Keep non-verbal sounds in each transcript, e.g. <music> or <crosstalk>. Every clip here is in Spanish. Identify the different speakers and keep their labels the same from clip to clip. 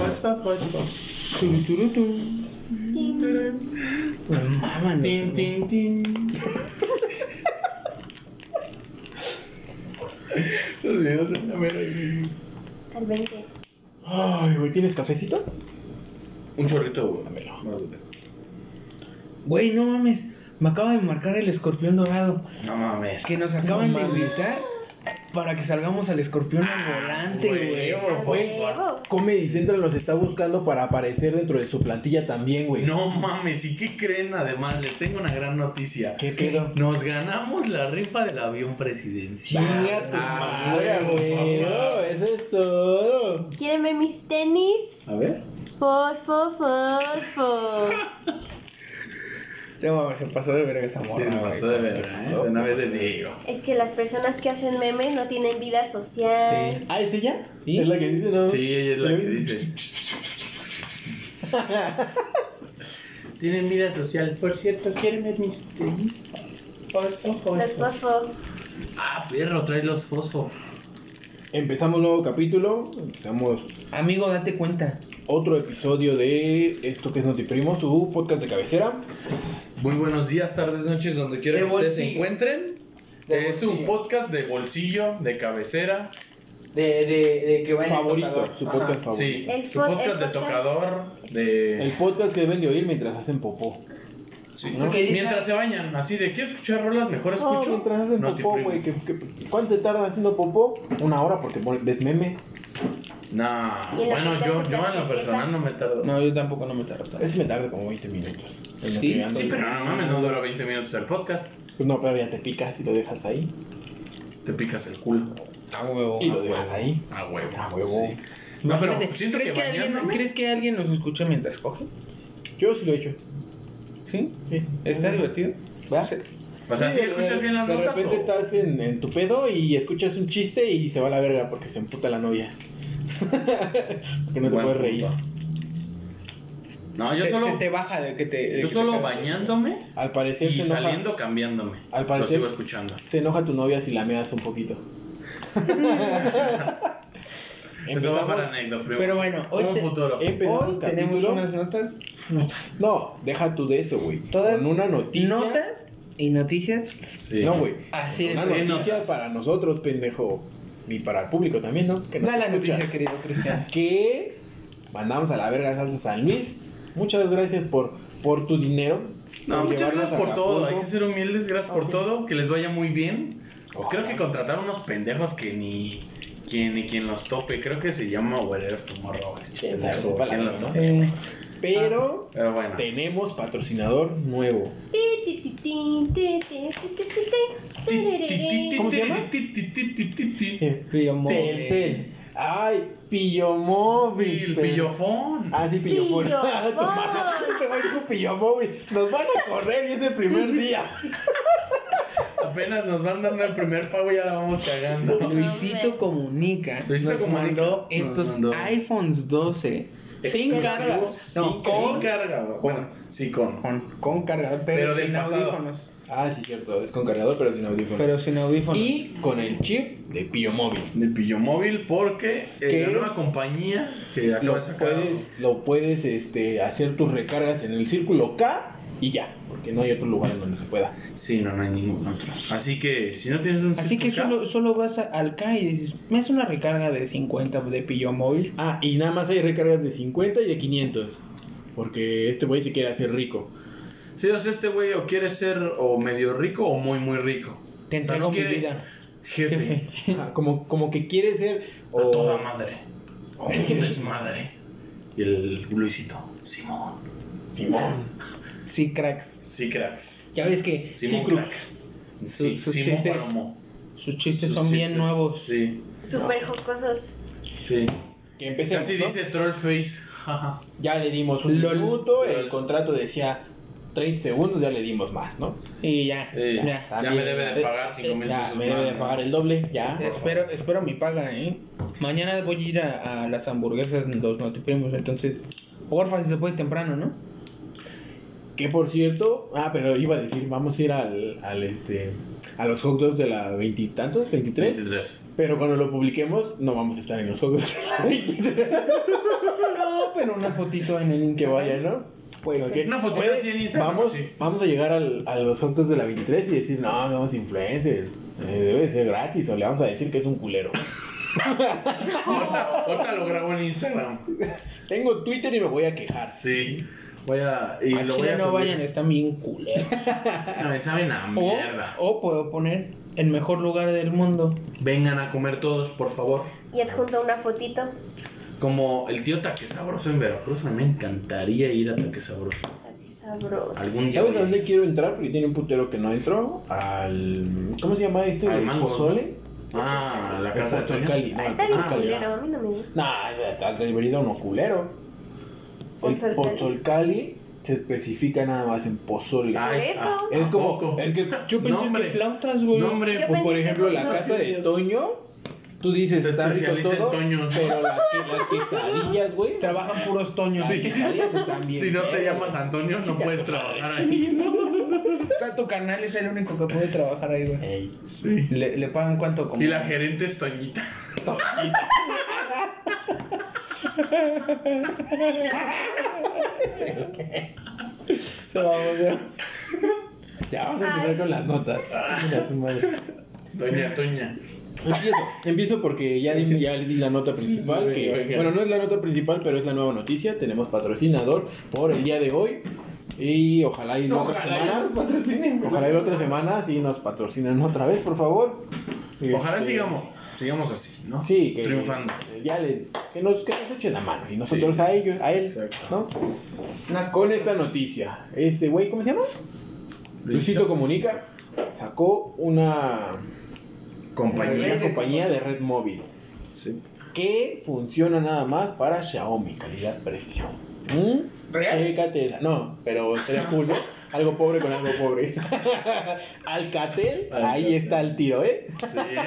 Speaker 1: WhatsApp, WhatsApp. Turu, turu, tu. Turun.
Speaker 2: No maman.
Speaker 1: Tin, tin, tin. Esos videos de la mera-
Speaker 3: Al 20.
Speaker 1: Ay, güey, ¿tienes cafecito? Un chorrito, güey, dámelo.
Speaker 4: No, güey.
Speaker 2: Güey, no mames. Me acaba de marcar el escorpión dorado.
Speaker 4: No mames. Ah,
Speaker 2: Que nos acaban
Speaker 1: No
Speaker 2: de
Speaker 1: mames.
Speaker 2: invitar para que salgamos al escorpión al volante, güey.
Speaker 1: Huevo,
Speaker 3: A
Speaker 1: güey.
Speaker 3: huevo.
Speaker 5: Comedy Central los está buscando para aparecer dentro de su plantilla también, güey.
Speaker 4: No mames, ¿y qué creen? Además, les tengo una gran noticia.
Speaker 5: ¿Qué pedo?
Speaker 4: Nos ganamos la rifa del avión presidencial.
Speaker 5: Chinga tu
Speaker 4: Ah,
Speaker 5: madre,
Speaker 4: huevo,
Speaker 5: güey.
Speaker 4: papá.
Speaker 5: No, Eso es todo.
Speaker 3: ¿Quieren ver mis tenis?
Speaker 4: A ver.
Speaker 3: Fosfo, fosfo.
Speaker 2: No mames, se pasó de verga esa morra.
Speaker 4: Sí, se
Speaker 2: güey.
Speaker 4: pasó de verdad, ¿eh? De una vez les digo.
Speaker 3: <laughs> Es que las personas que hacen memes no tienen vida social.
Speaker 5: ¿Ah, es ella?
Speaker 2: Sí.
Speaker 5: Es la que dice, ¿no?
Speaker 4: Sí, ella es la que dice.
Speaker 1: Tienen vida social. Por cierto, ¿quieren ver mis tenis? Fosfo,
Speaker 3: Los
Speaker 1: fosfo.
Speaker 3: fosfo.
Speaker 4: Ah, perro, trae los fosfo.
Speaker 5: Empezamos nuevo capítulo. Empezamos
Speaker 2: Amigo, date cuenta.
Speaker 5: otro episodio de esto que es Notiprimo, su podcast de cabecera.
Speaker 4: Muy buenos días, tardes, noches, donde quiera
Speaker 2: De
Speaker 4: que ustedes se
Speaker 2: bolsillo.
Speaker 4: encuentren.
Speaker 2: De
Speaker 4: es un
Speaker 2: bolsillo.
Speaker 4: podcast de bolsillo, de cabecera.
Speaker 2: De, de, de que vaya.
Speaker 5: Favorito, su podcast favorito.
Speaker 4: Sí,
Speaker 3: El
Speaker 4: su
Speaker 3: pod-
Speaker 4: podcast
Speaker 3: el
Speaker 4: de
Speaker 3: podcast.
Speaker 4: tocador. De...
Speaker 5: El podcast que deben de oír mientras hacen popó.
Speaker 4: Sí.
Speaker 2: ¿No? Porque dice-
Speaker 4: Mientras se bañan, así de quiero escuchar rolas, mejor
Speaker 1: Oh.
Speaker 5: No,
Speaker 4: escucho.
Speaker 5: mientras hacen
Speaker 4: Noti
Speaker 5: popó,
Speaker 4: Primo.
Speaker 5: güey. que- que- ¿Cuánto te tarda haciendo popó? Una hora porque pon- ves memes.
Speaker 4: Nah,
Speaker 3: Y en la
Speaker 4: bueno,
Speaker 3: mitad
Speaker 4: yo,
Speaker 3: se
Speaker 4: yo en
Speaker 3: chaqueta.
Speaker 4: lo personal no me tardo.
Speaker 2: No, yo tampoco no me tardo.
Speaker 5: Eso me tarda como 20 minutos. en lo
Speaker 2: Sí,
Speaker 5: que ando yo.
Speaker 4: Sí, pero no mames, no dura 20 minutos el podcast.
Speaker 5: Pues no, pero ya te picas y lo dejas ahí.
Speaker 4: Te picas el culo.
Speaker 2: A huevo.
Speaker 5: Y lo
Speaker 4: a
Speaker 5: dejas
Speaker 4: huevo.
Speaker 5: ahí.
Speaker 4: A huevo.
Speaker 5: A huevo.
Speaker 4: Sí. No, pero
Speaker 2: Imagínate,
Speaker 4: siento que
Speaker 2: ¿crees alguien,
Speaker 4: bañándome.
Speaker 2: ¿Crees que alguien nos escucha mientras coge?
Speaker 5: Yo sí lo he hecho.
Speaker 2: ¿Sí?
Speaker 5: Sí.
Speaker 2: ¿Está divertido?
Speaker 5: ¿Verdad?
Speaker 4: O sea,
Speaker 5: Sí,
Speaker 4: si
Speaker 5: de-
Speaker 4: escuchas bien las
Speaker 5: De
Speaker 4: notas.
Speaker 5: repente
Speaker 4: o-
Speaker 5: estás en, en tu pedo y escuchas un chiste y se va a la verga porque se emputa la novia. <laughs> porque no te
Speaker 4: Buen
Speaker 5: puedes reír.
Speaker 4: punto. No, yo
Speaker 2: se,
Speaker 4: solo,
Speaker 2: se te baja de que te. de que
Speaker 4: yo
Speaker 2: te
Speaker 4: solo
Speaker 2: cae.
Speaker 4: bañándome
Speaker 5: Al parecer
Speaker 4: y
Speaker 5: se enoja,
Speaker 4: saliendo cambiándome.
Speaker 5: Al
Speaker 4: Lo
Speaker 5: parecer-
Speaker 4: sigo escuchando.
Speaker 5: se enoja tu novia si la meas un poquito.
Speaker 4: Eso va para
Speaker 5: Empezamos-
Speaker 4: anécdota.
Speaker 2: Pero bueno, este eh, hoy
Speaker 4: un
Speaker 2: te-
Speaker 4: futuro.
Speaker 5: em- Empezamos
Speaker 2: Hoy tenemos
Speaker 5: capítulo.
Speaker 2: unas notas.
Speaker 5: No, deja tú de eso, güey.
Speaker 2: Todas-
Speaker 5: Con una noticia.
Speaker 2: Notas y noticias.
Speaker 4: Sí.
Speaker 5: No, güey.
Speaker 2: Así es,
Speaker 5: Una
Speaker 2: güey.
Speaker 5: noticia
Speaker 4: notas?
Speaker 5: para nosotros, pendejo. Y para el público también, ¿no? Que nos
Speaker 2: Da la
Speaker 5: escucha.
Speaker 2: noticia, querido Cristian.
Speaker 5: que mandamos a la verga Salsa San Luis. Muchas gracias por, por tu dinero.
Speaker 4: No,
Speaker 5: por
Speaker 4: muchas
Speaker 5: llevarnos
Speaker 4: gracias por
Speaker 5: a
Speaker 4: todo. Hay
Speaker 5: Acapulco.
Speaker 4: que ser humildes. Gracias por todo. Que les vaya muy bien.
Speaker 5: Ojalá.
Speaker 4: Creo que contrataron unos pendejos que ni. Quien, ni quien los tope, creo que se llama Warrior Tomorrow.
Speaker 5: Quién sabe,
Speaker 4: Pendejo,
Speaker 5: vale,
Speaker 4: ¿quién lo
Speaker 5: pues, ¿no?
Speaker 4: tope?
Speaker 2: <laughs> Eh,
Speaker 5: Pero
Speaker 4: Pero bueno,
Speaker 5: tenemos patrocinador nuevo.
Speaker 3: Ti, ti, ti, ti, ti, ti, ti, ti, ti, ti, tirirín.
Speaker 5: ¿Cómo se llama?
Speaker 2: Pillomóvil.
Speaker 5: Telcel. Ay, Pillomóvil.
Speaker 4: El pillofón.
Speaker 5: <laughs> Ah, sí, Pillofón.
Speaker 3: Pillofón.
Speaker 5: Tu mamá, Ese güey dijo Pillomóvil. Nos van a correr y es el primer día.
Speaker 4: Apenas nos van dando el primer pago y ya la vamos cagando.
Speaker 2: Luisito Comunica
Speaker 4: Luisito
Speaker 2: nos
Speaker 4: Comunica
Speaker 2: mandó
Speaker 4: nos
Speaker 2: estos
Speaker 4: mandó.
Speaker 2: iPhones 12 sin
Speaker 4: Exclusivos,
Speaker 2: carga, no,
Speaker 4: sin
Speaker 2: con,
Speaker 4: cargador. Bueno, sí, con.
Speaker 2: con, con cargador, pero,
Speaker 4: Pero del
Speaker 2: sin
Speaker 4: pasado.
Speaker 2: audífonos.
Speaker 5: Ah, sí, cierto. Es con cargador, pero sin audífonos.
Speaker 2: Pero sin audífonos.
Speaker 5: Y con el chip de Pillomóvil.
Speaker 4: De Pillomóvil, porque eh,
Speaker 5: ¿Qué?
Speaker 4: la nueva compañía que acaba
Speaker 5: lo
Speaker 4: de sacar.
Speaker 5: puedes, lo puedes este, hacer tus recargas en el círculo K y ya, porque no hay otro lugar en donde se pueda.
Speaker 4: Sí, no, no hay ningún otro. Así que, si no tienes un
Speaker 2: Así que
Speaker 4: 5K,
Speaker 2: solo, solo vas a- al K y dices, me hace una recarga de 50 de pillón móvil.
Speaker 5: Ah, y nada más hay recargas de 50 y de 500, porque este güey se quiere hacer <laughs> rico.
Speaker 4: Sí, o sea, este güey o quiere ser o medio rico o muy, muy rico.
Speaker 2: Te
Speaker 4: O sea,
Speaker 2: entrego
Speaker 4: no
Speaker 2: mi
Speaker 4: quiere-
Speaker 2: vida.
Speaker 4: Jefe,
Speaker 2: Jefe.
Speaker 5: Ajá, como, como que quiere ser
Speaker 4: a
Speaker 5: o-
Speaker 4: toda madre.
Speaker 2: <laughs>
Speaker 4: Un desmadre. Y el Luisito, Simón.
Speaker 5: Simón.
Speaker 2: Sí, cracks.
Speaker 4: Sí, cracks.
Speaker 2: Ya ves que
Speaker 4: Simón
Speaker 5: cruz.
Speaker 4: Crack. Sí,
Speaker 2: sus
Speaker 4: Simón
Speaker 2: chistes-
Speaker 4: Palomo.
Speaker 2: sus chistes
Speaker 4: Sus
Speaker 2: son bien
Speaker 4: chistes,
Speaker 2: nuevos.
Speaker 4: Sí,
Speaker 3: Super jocosos.
Speaker 4: sí.
Speaker 5: Que empecemos,
Speaker 4: Casi
Speaker 5: ¿no?
Speaker 4: dice Trollface. <laughs> jaja.
Speaker 5: Ya le dimos un
Speaker 2: Lol.
Speaker 5: minuto,
Speaker 4: Lol.
Speaker 5: el contrato decía 30 segundos, ya le dimos más, ¿no?
Speaker 2: Y ya,
Speaker 4: Eh,
Speaker 2: ya.
Speaker 4: ya me debe de pagar 5 mil
Speaker 5: Ya,
Speaker 4: pesos
Speaker 5: me
Speaker 4: más,
Speaker 5: debe de
Speaker 4: ¿no?
Speaker 5: pagar el doble, ya.
Speaker 2: Espero, espero mi paga, ¿eh? Mañana voy a ir a, a las hamburguesas en los notiprimos, entonces... Porfa, si se puede temprano, ¿no?
Speaker 5: Que por cierto, ah, pero iba a decir, vamos a ir al, al este, a los hot dogs de la veintitantos, veintitrés,
Speaker 4: 23.
Speaker 5: Pero cuando lo publiquemos, no vamos a estar en los juegos.
Speaker 2: No, pero una fotito en el
Speaker 5: que
Speaker 2: Instagram.
Speaker 5: vaya, ¿no?
Speaker 2: Pues,
Speaker 5: Ok.
Speaker 4: Una fotito
Speaker 5: Oye,
Speaker 4: así en Instagram,
Speaker 5: Vamos,
Speaker 4: sí.
Speaker 5: vamos a llegar al- a los juntos de la 23 y decir, no, somos influencers. eh, debe de ser gratis o le vamos a decir que es un culero.
Speaker 4: Ahorita, ahorita lo grabo en Instagram.
Speaker 5: Tengo Twitter y me voy a quejar.
Speaker 4: Sí. Voy a. Y
Speaker 5: Ah,
Speaker 2: a
Speaker 4: lo voy
Speaker 2: Chile
Speaker 4: a
Speaker 2: no
Speaker 4: subir.
Speaker 2: vayan, están bien culeros.
Speaker 4: No, me saben a
Speaker 5: Oh,
Speaker 2: O,
Speaker 4: mierda.
Speaker 2: o puedo poner el mejor lugar del mundo.
Speaker 4: Vengan a comer todos, por favor.
Speaker 3: Y adjunto una fotito.
Speaker 4: Como el tío Taque Sabroso en Veracruz, a mí me encantaría ir a Taque Sabroso.
Speaker 3: Ay, qué sabroso.
Speaker 4: Algún día.
Speaker 5: ¿Sabes a
Speaker 4: voy a
Speaker 5: dónde
Speaker 4: ir.
Speaker 5: quiero entrar? Porque tiene un putero que no entró. Al. ¿Cómo se llama este?
Speaker 4: Al
Speaker 5: ¿El
Speaker 4: mango,
Speaker 5: pozole?
Speaker 4: Ah, la
Speaker 5: El
Speaker 4: casa de Toño.
Speaker 5: Pozolcali, no,
Speaker 3: Ah,
Speaker 5: el
Speaker 3: está bien
Speaker 5: Pozolcali,
Speaker 3: culero,
Speaker 5: ah.
Speaker 3: a mí no me
Speaker 5: <laughs>
Speaker 3: gusta.
Speaker 5: Nah, el debería no culero. El
Speaker 3: Pozolcali.
Speaker 5: pozolcali se especifica nada más en pozole.
Speaker 3: Ah, eso.
Speaker 5: es
Speaker 4: ¿a
Speaker 5: como.
Speaker 4: poco?
Speaker 5: Es
Speaker 4: <laughs>
Speaker 5: que
Speaker 2: Yo pensé que
Speaker 4: Nombre.
Speaker 2: flautas, güey.
Speaker 4: No, hombre,
Speaker 3: Yo
Speaker 5: Pues,
Speaker 3: pensé
Speaker 5: por
Speaker 3: que
Speaker 5: ejemplo,
Speaker 3: no,
Speaker 5: la
Speaker 3: no,
Speaker 5: casa
Speaker 1: sí,
Speaker 5: de
Speaker 1: sí.
Speaker 5: Toño, tú dices,
Speaker 4: Se
Speaker 5: está rico
Speaker 4: especializa en
Speaker 5: todo,
Speaker 4: toños.
Speaker 5: pero las, que- las quesadillas, güey,
Speaker 2: Trabajan puros toños.
Speaker 5: las quesadillas están bien.
Speaker 4: pues, Si no te
Speaker 5: vergas.
Speaker 4: llamas Antonio, no puedes trabajar ahí.
Speaker 2: O sea, tu canal es el único que puede trabajar ahí, güey.
Speaker 5: Ey,
Speaker 4: Sí.
Speaker 2: ¿Le, le pagan cuánto? Como
Speaker 4: Y la gerente es Toñita.
Speaker 2: Se va a volver.
Speaker 5: ya vamos a empezar
Speaker 3: Ay.
Speaker 5: con las notas. Mira, tu madre.
Speaker 4: Doña Toña.
Speaker 5: Empiezo, empiezo porque ya, di- ya le di la nota principal.
Speaker 4: sí,
Speaker 5: que,
Speaker 4: venga.
Speaker 5: Bueno, no es la nota principal, pero es la nueva noticia. Tenemos patrocinador por el día de hoy. Y ojalá y la otra semana.
Speaker 2: patrocinen.
Speaker 5: Ojalá y la otra semana sí nos patrocinan otra vez, por favor. Y
Speaker 4: Ojalá
Speaker 5: este,
Speaker 4: sigamos, sigamos así, ¿no?
Speaker 5: Sí, que eh,
Speaker 4: Triunfando.
Speaker 5: Ya les, que nos, que nos echen la mano. Y nosotros a ellos, a él,
Speaker 4: Exacto.
Speaker 5: ¿no? Con esta noticia, este güey, ¿cómo se llama? Luisito Comunica sacó una, una
Speaker 4: Compañía.
Speaker 5: compañía de red móvil
Speaker 4: Sí.
Speaker 5: que funciona nada más para Xiaomi, calidad-precio. ¿Mm?
Speaker 2: ¿Real?
Speaker 5: Chécate esa. No, pero sería cool, ¿no? Algo pobre con algo pobre. <laughs> Alcatel, ahí
Speaker 4: Alcatel.
Speaker 5: está el tiro, ¿eh?
Speaker 4: Sí, ¿eh?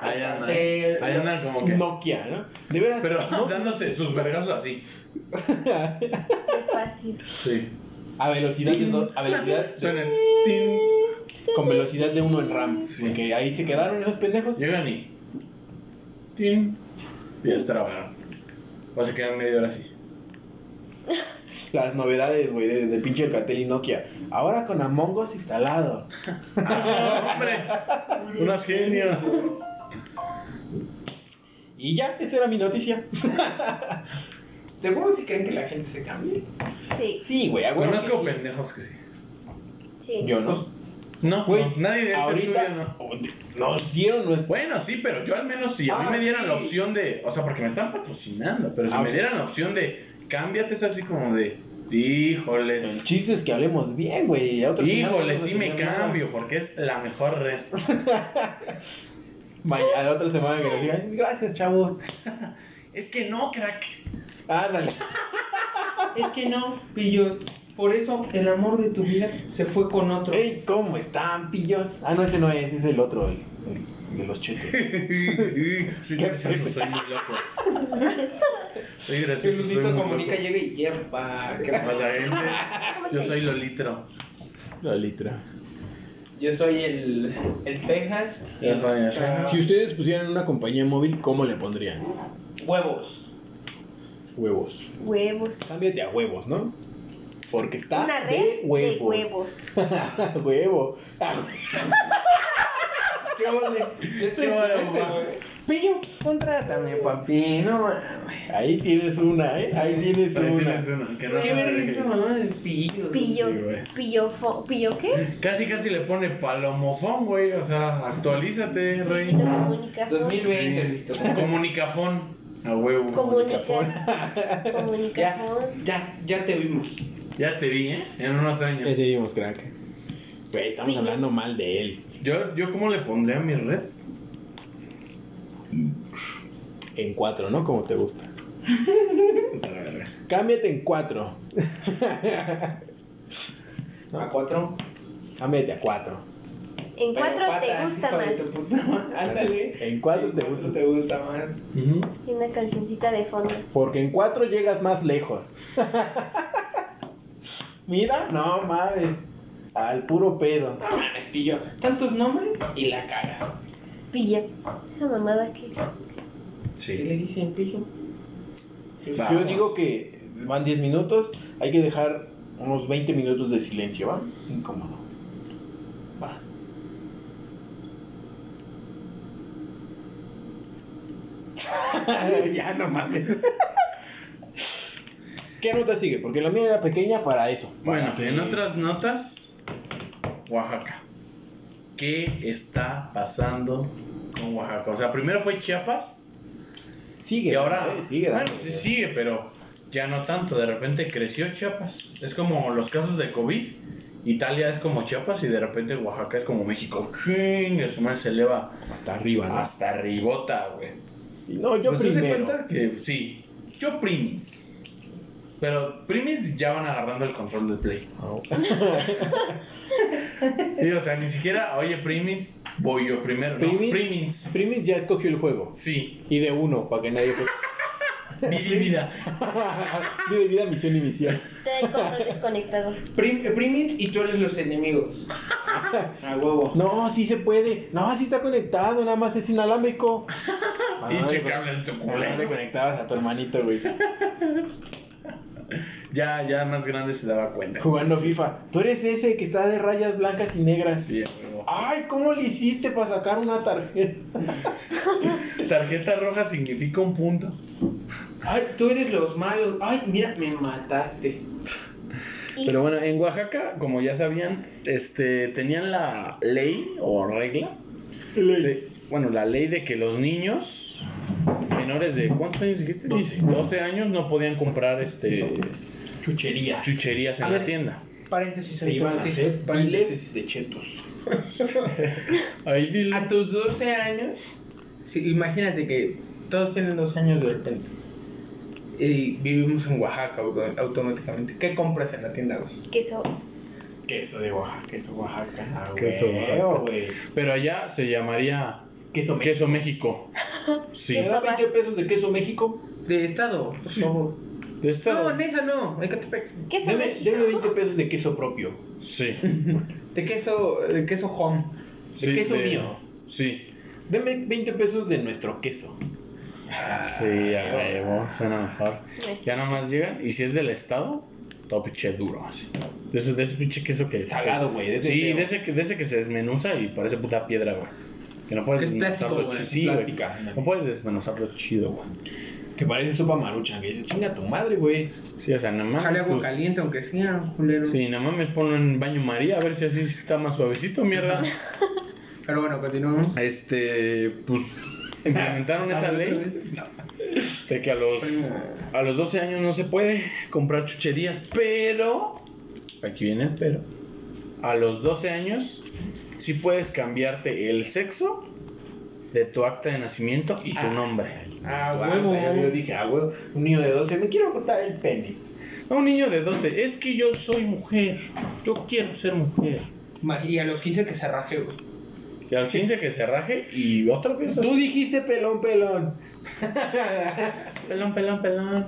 Speaker 4: Ahí anda.
Speaker 2: Te-
Speaker 4: Ahí anda como que.
Speaker 5: Nokia, ¿no? De veras,
Speaker 4: Pero
Speaker 5: ¿no?
Speaker 4: dándose sus vergazos así.
Speaker 3: Despacio.
Speaker 4: Sí.
Speaker 5: a velocidad de do- a velocidad de-
Speaker 4: Suena el tin.
Speaker 5: con velocidad de uno en RAM.
Speaker 4: Sí.
Speaker 5: Porque ahí se quedaron esos pendejos.
Speaker 4: Llegan y. Tin. Y ya se trabaron. O se quedan media hora así.
Speaker 5: Las novedades, güey, de, de pinche Alcatel y Nokia. Ahora con Among Us instalado.
Speaker 4: ¡Ah, <laughs> ¡Hombre! ¡Unas genios!
Speaker 5: Y ya, esa era mi noticia.
Speaker 2: ¿De acuerdo si creen que la gente se cambie?
Speaker 3: Sí,
Speaker 5: Sí, güey, a huevo.
Speaker 4: Conozco pendejos que sí.
Speaker 3: sí.
Speaker 5: Yo no.
Speaker 4: No,
Speaker 5: Güey,
Speaker 4: no, nadie de este
Speaker 5: ahorita
Speaker 4: estudio no.
Speaker 5: Nos dieron nuestra.
Speaker 4: Bueno, sí, pero yo al menos si a mí
Speaker 5: Ah,
Speaker 4: me dieran
Speaker 5: sí.
Speaker 4: la opción de. O sea, porque me están patrocinando, pero si
Speaker 5: Ah,
Speaker 4: me
Speaker 5: sí.
Speaker 4: dieran la opción de. Cámbiate, es así como de. Híjoles.
Speaker 5: El chiste es que hablemos bien, güey. ya otro día no
Speaker 4: Híjole,
Speaker 5: vamos a
Speaker 4: sí me
Speaker 5: tener nada.
Speaker 4: cambio, porque es la mejor red.
Speaker 5: Vaya, a la otra semana que nos digan, gracias, chavos.
Speaker 4: Es que no, crack.
Speaker 5: <laughs> Ándale.
Speaker 2: Es que no, pillos. Por eso el amor de tu vida se fue con otro.
Speaker 5: Ey, ¿cómo están, pillos? Ah, no, ese no es, es el otro, el, el de los chetes.
Speaker 4: soy gracioso, soy muy loco. Soy
Speaker 2: el
Speaker 4: gracioso, soy
Speaker 2: Luisito
Speaker 4: muy
Speaker 2: comunica,
Speaker 4: loco.
Speaker 2: llega y lleva. ¿qué
Speaker 4: ¿Qué
Speaker 2: pasa?
Speaker 4: pasa,
Speaker 3: <laughs> ¿Cómo
Speaker 4: gente? Yo
Speaker 3: estáis?
Speaker 4: soy Lolitro.
Speaker 5: <laughs> La litra.
Speaker 2: Yo soy el, el Texas.
Speaker 4: Ya
Speaker 2: el-
Speaker 4: fue, ya fue.
Speaker 2: ah,
Speaker 5: Si ustedes pusieran una compañía móvil, ¿cómo le pondrían?
Speaker 2: Huevos.
Speaker 5: Huevos.
Speaker 3: Huevos.
Speaker 5: Cámbiate a huevos, ¿no? Porque está
Speaker 3: Una red
Speaker 5: de huevos.
Speaker 3: de huevos.
Speaker 5: <laughs> Huevo. Ah,
Speaker 2: ¿Qué vale? Yo estoy
Speaker 4: Qué vale,
Speaker 2: fuerte,
Speaker 4: mamá.
Speaker 2: güey. Pillo, contrátame, papi. No mames.
Speaker 5: Ahí tienes una, ¿eh? Ahí tienes
Speaker 4: Ahí
Speaker 5: una.
Speaker 4: tienes una, que no
Speaker 2: Qué
Speaker 4: se me
Speaker 2: verga
Speaker 4: deje.
Speaker 2: esa mamá de pillo.
Speaker 3: Pillo.
Speaker 4: Sí, güey.
Speaker 3: pillo, fo- ¿Pillo qué?
Speaker 4: Casi, casi le pone palomofón, güey. O sea, actualízate, rey.
Speaker 3: Luisito comunica.
Speaker 2: 2020, Luisito.
Speaker 4: Comunicafón. A huevo.
Speaker 3: Comunica.
Speaker 2: Ya,
Speaker 3: <laughs> Comunica.
Speaker 2: ya, ya te vimos.
Speaker 4: Ya te vi, ¿eh? En unos
Speaker 5: Ya
Speaker 4: años.
Speaker 5: seguimos, crack. Güey, estamos
Speaker 3: Pillo.
Speaker 5: hablando mal de él.
Speaker 4: Yo, yo cómo le pondré a mi red.
Speaker 5: En cuatro, ¿no? Como te gusta. Cámbiate en cuatro.
Speaker 2: A cuatro.
Speaker 5: Cámbiate a cuatro.
Speaker 3: En
Speaker 2: Pero
Speaker 3: cuatro te
Speaker 2: pata,
Speaker 3: gusta
Speaker 2: hijo de tu
Speaker 3: más.
Speaker 2: puta madre. Ándale.
Speaker 5: En cuatro te
Speaker 2: cuatro
Speaker 5: gusta.
Speaker 2: te gusta más.
Speaker 4: Ujú.
Speaker 3: Y una cancioncita de fondo.
Speaker 5: Porque en cuatro llegas más lejos. <laughs> Mira, no mames. Al puro pedo.
Speaker 2: No mames, pillo. Tantos nombres y la cagas.
Speaker 3: Pilla. Esa mamada que.
Speaker 2: ¿Sí le dicen pillo?
Speaker 5: Yo digo
Speaker 2: <laughs>
Speaker 5: que van 10 minutos, hay que dejar unos 20 minutos de silencio, ¿va? Incómodo. Va. ya no mames. ¿Qué nota sigue? Porque la mía era pequeña para eso. para
Speaker 4: Bueno,
Speaker 5: que-
Speaker 4: en otras notas, Oaxaca. ¿Qué está pasando con Oaxaca? O sea, primero fue Chiapas
Speaker 5: Sigue.
Speaker 4: y ahora
Speaker 5: eh, sigue.
Speaker 4: bueno,
Speaker 5: dale.
Speaker 4: sí sigue, pero ya no tanto. De repente creció Chiapas. Es como los casos de COVID. Italia es como Chiapas y de repente Oaxaca es como México. Ching, su madre se eleva
Speaker 5: Hasta arriba, ¿no?
Speaker 4: hasta arribota, güey.
Speaker 5: Sí, No, yo
Speaker 4: Ah, Pues, ¿se hace
Speaker 5: primero.
Speaker 4: cuenta que sí, yo primis. Pero primis ya van agarrando el control del play.
Speaker 5: Ah,
Speaker 4: Y, o sea, ni siquiera, oye, primis, voy yo primero. No,
Speaker 5: Primis.
Speaker 4: primins.
Speaker 5: Primis ya escogió el juego.
Speaker 4: <laughs> Sí,
Speaker 5: Y de uno, para que nadie... <laughs>
Speaker 4: mi vida.
Speaker 5: Vida, vida, misión y misión.
Speaker 3: Te el control desconectado.
Speaker 2: Prim- primits y tú eres los
Speaker 5: <laughs>
Speaker 2: enemigos. A huevo.
Speaker 5: No, sí se puede. No, sí está conectado, nada más es inalámbrico.
Speaker 4: Y checables tu
Speaker 5: No le
Speaker 4: culero.
Speaker 5: conectabas a tu hermanito, güey.
Speaker 4: Ya, ya más grande se daba cuenta.
Speaker 5: Jugando FIFA. Tú eres ese que está de rayas blancas y negras.
Speaker 4: Sí, a huevo.
Speaker 5: Ay, ¿cómo le hiciste para sacar una tarjeta? <laughs>
Speaker 4: Tarjeta roja significa un punto.
Speaker 2: Ay, tú eres los malos. Ay, mira, me mataste.
Speaker 3: Y
Speaker 4: Pero bueno, en Oaxaca, como ya sabían, este, tenían la ley o regla de- bueno, la ley de que los niños menores de ¿cuántos años dijiste? 12 años no podían comprar este
Speaker 5: Chuchería.
Speaker 4: chucherías en
Speaker 2: A
Speaker 4: la
Speaker 2: ver.
Speaker 4: tienda.
Speaker 2: Paréntesis,
Speaker 5: Se iban a
Speaker 2: automático.
Speaker 5: hacer
Speaker 2: Paréntesis.
Speaker 5: piles de chetos.
Speaker 4: Ahí dile.
Speaker 2: A tus 12 años, sí, imagínate que todos tienen 12 años de repente. Y vivimos en Oaxaca güey, automáticamente. ¿Qué compras en la tienda, güey?
Speaker 3: queso.
Speaker 5: Queso de Oaxaca, queso Oaxaca. Ah,
Speaker 4: Queso
Speaker 5: güey,
Speaker 4: Oaxaca.
Speaker 5: güey.
Speaker 4: Pero allá se llamaría
Speaker 5: Queso México.
Speaker 4: queso México. Sí.
Speaker 5: ¿Te dan 20 pesos de queso México?
Speaker 2: De estado, por favor.
Speaker 4: ¿De estado?
Speaker 2: No, en esa no, en Catepec.
Speaker 3: Queso
Speaker 5: Deme,
Speaker 3: México.
Speaker 5: deme 20 pesos de queso propio.
Speaker 4: Sí.
Speaker 2: De queso, de queso home.
Speaker 4: Sí,
Speaker 5: queso mío.
Speaker 4: Sí.
Speaker 5: Deme 20 pesos de nuestro queso.
Speaker 4: Sí, a huevo, suena mejor.
Speaker 3: No es-
Speaker 4: Ya nomás llegan, y si es del estado, todo pinche duro, así. De ese, de ese pinche queso que...
Speaker 5: Salado, güey, de ese
Speaker 4: sí,
Speaker 5: feo.
Speaker 4: de ese, que- de ese que se desmenuza y parece puta piedra, güey. Que no
Speaker 2: Que
Speaker 4: puedes
Speaker 2: es plástico, güey,
Speaker 4: desmenuzarlo chido.
Speaker 2: es
Speaker 4: Sí, güey.
Speaker 5: plástica.
Speaker 4: No puedes desmenuzarlo chido, güey.
Speaker 5: Que parece sopa marucha. Que dice, chinga tu madre, güey.
Speaker 4: Sí, o sea, nada más...
Speaker 2: Sale agua
Speaker 4: tus-
Speaker 2: caliente, aunque sea, culero.
Speaker 4: Ah, pues. Sí, nada más me ponlo en baño María, a ver si así está más suavecito, mierda.
Speaker 2: Pero bueno, continuamos.
Speaker 4: Este, pues, implementaron
Speaker 2: Ah,
Speaker 4: esa
Speaker 2: otra
Speaker 4: ley
Speaker 2: vez. Ah,
Speaker 4: de que a los, a los 12 años no se puede comprar chucherías, pero, aquí viene el pero, a los 12 años sí puedes cambiarte el sexo de tu acta de nacimiento y tu
Speaker 5: Ah.
Speaker 4: nombre.
Speaker 5: Ah,
Speaker 2: huevo.
Speaker 5: Yo dije, ah, huevo. Un niño de 12, me quiero cortar el pene.
Speaker 4: A un niño de 12, es que yo soy mujer, yo quiero ser mujer.
Speaker 2: Ma- Y a los 15 que se raje, güey.
Speaker 4: Y a los 15 que se raje y otra vez así.
Speaker 5: Tú dijiste pelón, pelón.
Speaker 4: Pelón, pelón, pelón.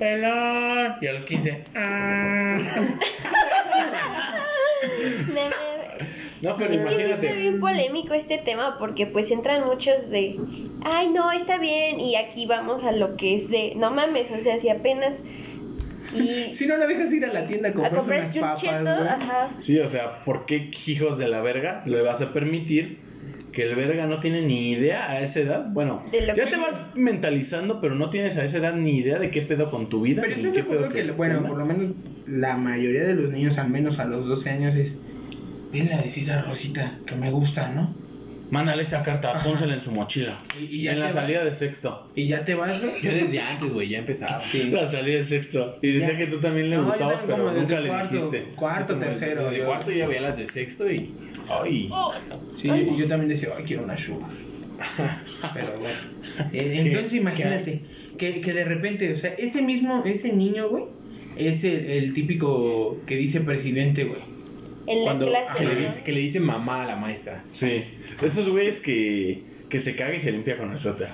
Speaker 4: Pelón. Y a los 15. ah. <laughs>
Speaker 3: Deme-
Speaker 4: No, pero <laughs>
Speaker 3: Es que sí está
Speaker 4: imagínate.
Speaker 3: bien polémico este tema porque pues entran muchos de, ay no, está bien y aquí vamos a lo que es de, no mames, o sea, si apenas y
Speaker 2: Si no la dejas ir a la tienda a
Speaker 3: a
Speaker 2: comprar
Speaker 3: comprar
Speaker 2: unas
Speaker 3: un
Speaker 2: papas,
Speaker 3: cheto,
Speaker 2: güey.
Speaker 3: Ah, ajá,
Speaker 4: Sí, o sea, ¿por qué hijos de la verga le vas a permitir que el verga no tiene ni idea a esa edad? Bueno,
Speaker 3: De lo
Speaker 4: ya
Speaker 3: que-
Speaker 4: te vas mentalizando, pero no tienes a esa edad ni idea de qué pedo con tu vida.
Speaker 2: Pero
Speaker 4: ni
Speaker 2: estás de
Speaker 4: qué
Speaker 2: acuerdo
Speaker 4: pedo
Speaker 2: que,
Speaker 4: con tu
Speaker 2: bueno,
Speaker 4: vida.
Speaker 2: por lo menos la mayoría de los niños, al menos a los 12 años, es. Venle a decir a Rosita que me gusta, ¿no?
Speaker 4: Mándale esta carta, pónsela en su mochila.
Speaker 2: Y- y ya
Speaker 4: en la
Speaker 2: te
Speaker 4: salida de sexto.
Speaker 2: Y ya te vas, güey.
Speaker 5: Yo desde antes, güey, ya empezaba.
Speaker 2: Sí.
Speaker 4: La salida de sexto. Y decía
Speaker 2: Ya.
Speaker 4: que tú también le
Speaker 2: No, yo
Speaker 4: gustabas,
Speaker 2: también
Speaker 4: pero
Speaker 2: como desde
Speaker 4: nunca le
Speaker 2: cuarto,
Speaker 4: dijiste.
Speaker 2: Cuarto,
Speaker 5: Como
Speaker 2: tercero.
Speaker 5: De
Speaker 2: yo-
Speaker 5: cuarto ya veía las de sexto y. Ay.
Speaker 3: Oh,
Speaker 2: Sí, y yo también decía, ay, quiero una
Speaker 4: <laughs>
Speaker 2: sugar. Pero bueno. Eh, Entonces imagínate que, que de repente, o sea, ese mismo, ese niño, güey, es el, el típico que dice presidente, güey.
Speaker 3: en la
Speaker 4: Cuando-
Speaker 5: que,
Speaker 3: clase,
Speaker 5: le
Speaker 3: ¿no?
Speaker 5: dice, que le dice mamá a la maestra.
Speaker 4: Sí. Esos güeyes que, que se caga y se limpia con el suéter.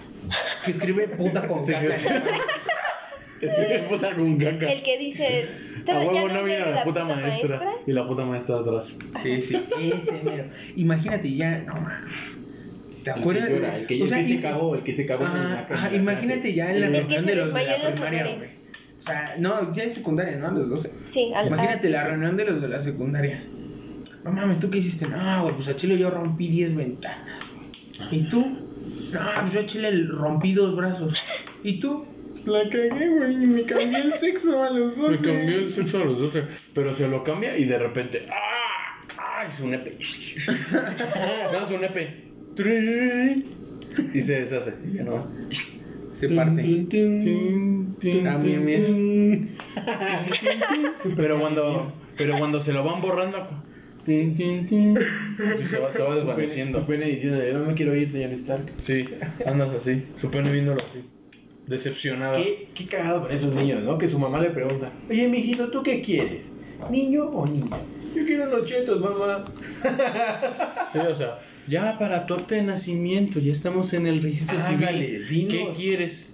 Speaker 2: Que escribe puta con
Speaker 4: <laughs> Sí,
Speaker 2: caca.
Speaker 4: sí. Este <laughs> puta con caca.
Speaker 3: Eh, el que
Speaker 4: <laughs>
Speaker 3: dice,
Speaker 4: A
Speaker 3: "Todavía
Speaker 4: huevo no
Speaker 3: llega
Speaker 4: vino la puta maestra. Y la puta maestra atrás.
Speaker 2: Sí, sí, ese mero. Imagínate ya, no mames. ¿Te
Speaker 5: El que
Speaker 2: acuerdas?
Speaker 5: llora, el que,
Speaker 2: O sea,
Speaker 5: el que
Speaker 2: y-
Speaker 5: se cagó, el que se cagó. en la-
Speaker 2: Ajá,
Speaker 5: en
Speaker 2: ajá,
Speaker 5: la
Speaker 2: imagínate
Speaker 5: clase.
Speaker 2: ya en la
Speaker 3: El que
Speaker 2: reunión
Speaker 3: se
Speaker 2: de los de
Speaker 3: desmayó
Speaker 2: la
Speaker 3: en los
Speaker 2: primaria, güey.
Speaker 3: honores.
Speaker 2: O sea, no, ya es secundaria, ¿no? A los 12.
Speaker 3: Sí, al-
Speaker 2: Imagínate
Speaker 3: ah,
Speaker 2: la reunión de los de la secundaria. No mames, ¿tú qué hiciste? No, güey, pues a Chile yo rompí 10 ventanas. ¿Y tú? No, pues yo a Chile rompí dos brazos. ¿Y tú?
Speaker 1: La cagué, güey. y Me cambié el sexo a los dos.
Speaker 4: Me cambió el sexo a los 12, pero se lo cambia y de repente. ¡Ah! ¡Ah! Es un <laughs> epe. no, es un epe. Y se deshace. Y ya no más.
Speaker 2: Se parte.
Speaker 4: Ah,
Speaker 2: También, mira.
Speaker 4: Pero cuando, pero cuando se lo van borrando, sí, se, va, se va
Speaker 5: Su pene- Su
Speaker 4: desvaneciendo.
Speaker 5: pene diciendo, no me quiero ir, señor Stark.
Speaker 4: Sí, andas así, su pene viéndolo así, decepcionada.
Speaker 5: Qué, qué cagado con esos niños, ¿no? Que su mamá le pregunta, oye, mijito, ¿tú qué quieres? ¿Niño o niña? Yo quiero unos chetos, mamá.
Speaker 4: Sí, o sea, ya para tu acta de nacimiento, ya estamos en el registro
Speaker 5: Ándale,
Speaker 4: civil.
Speaker 5: dinos.
Speaker 4: ¿Qué quieres?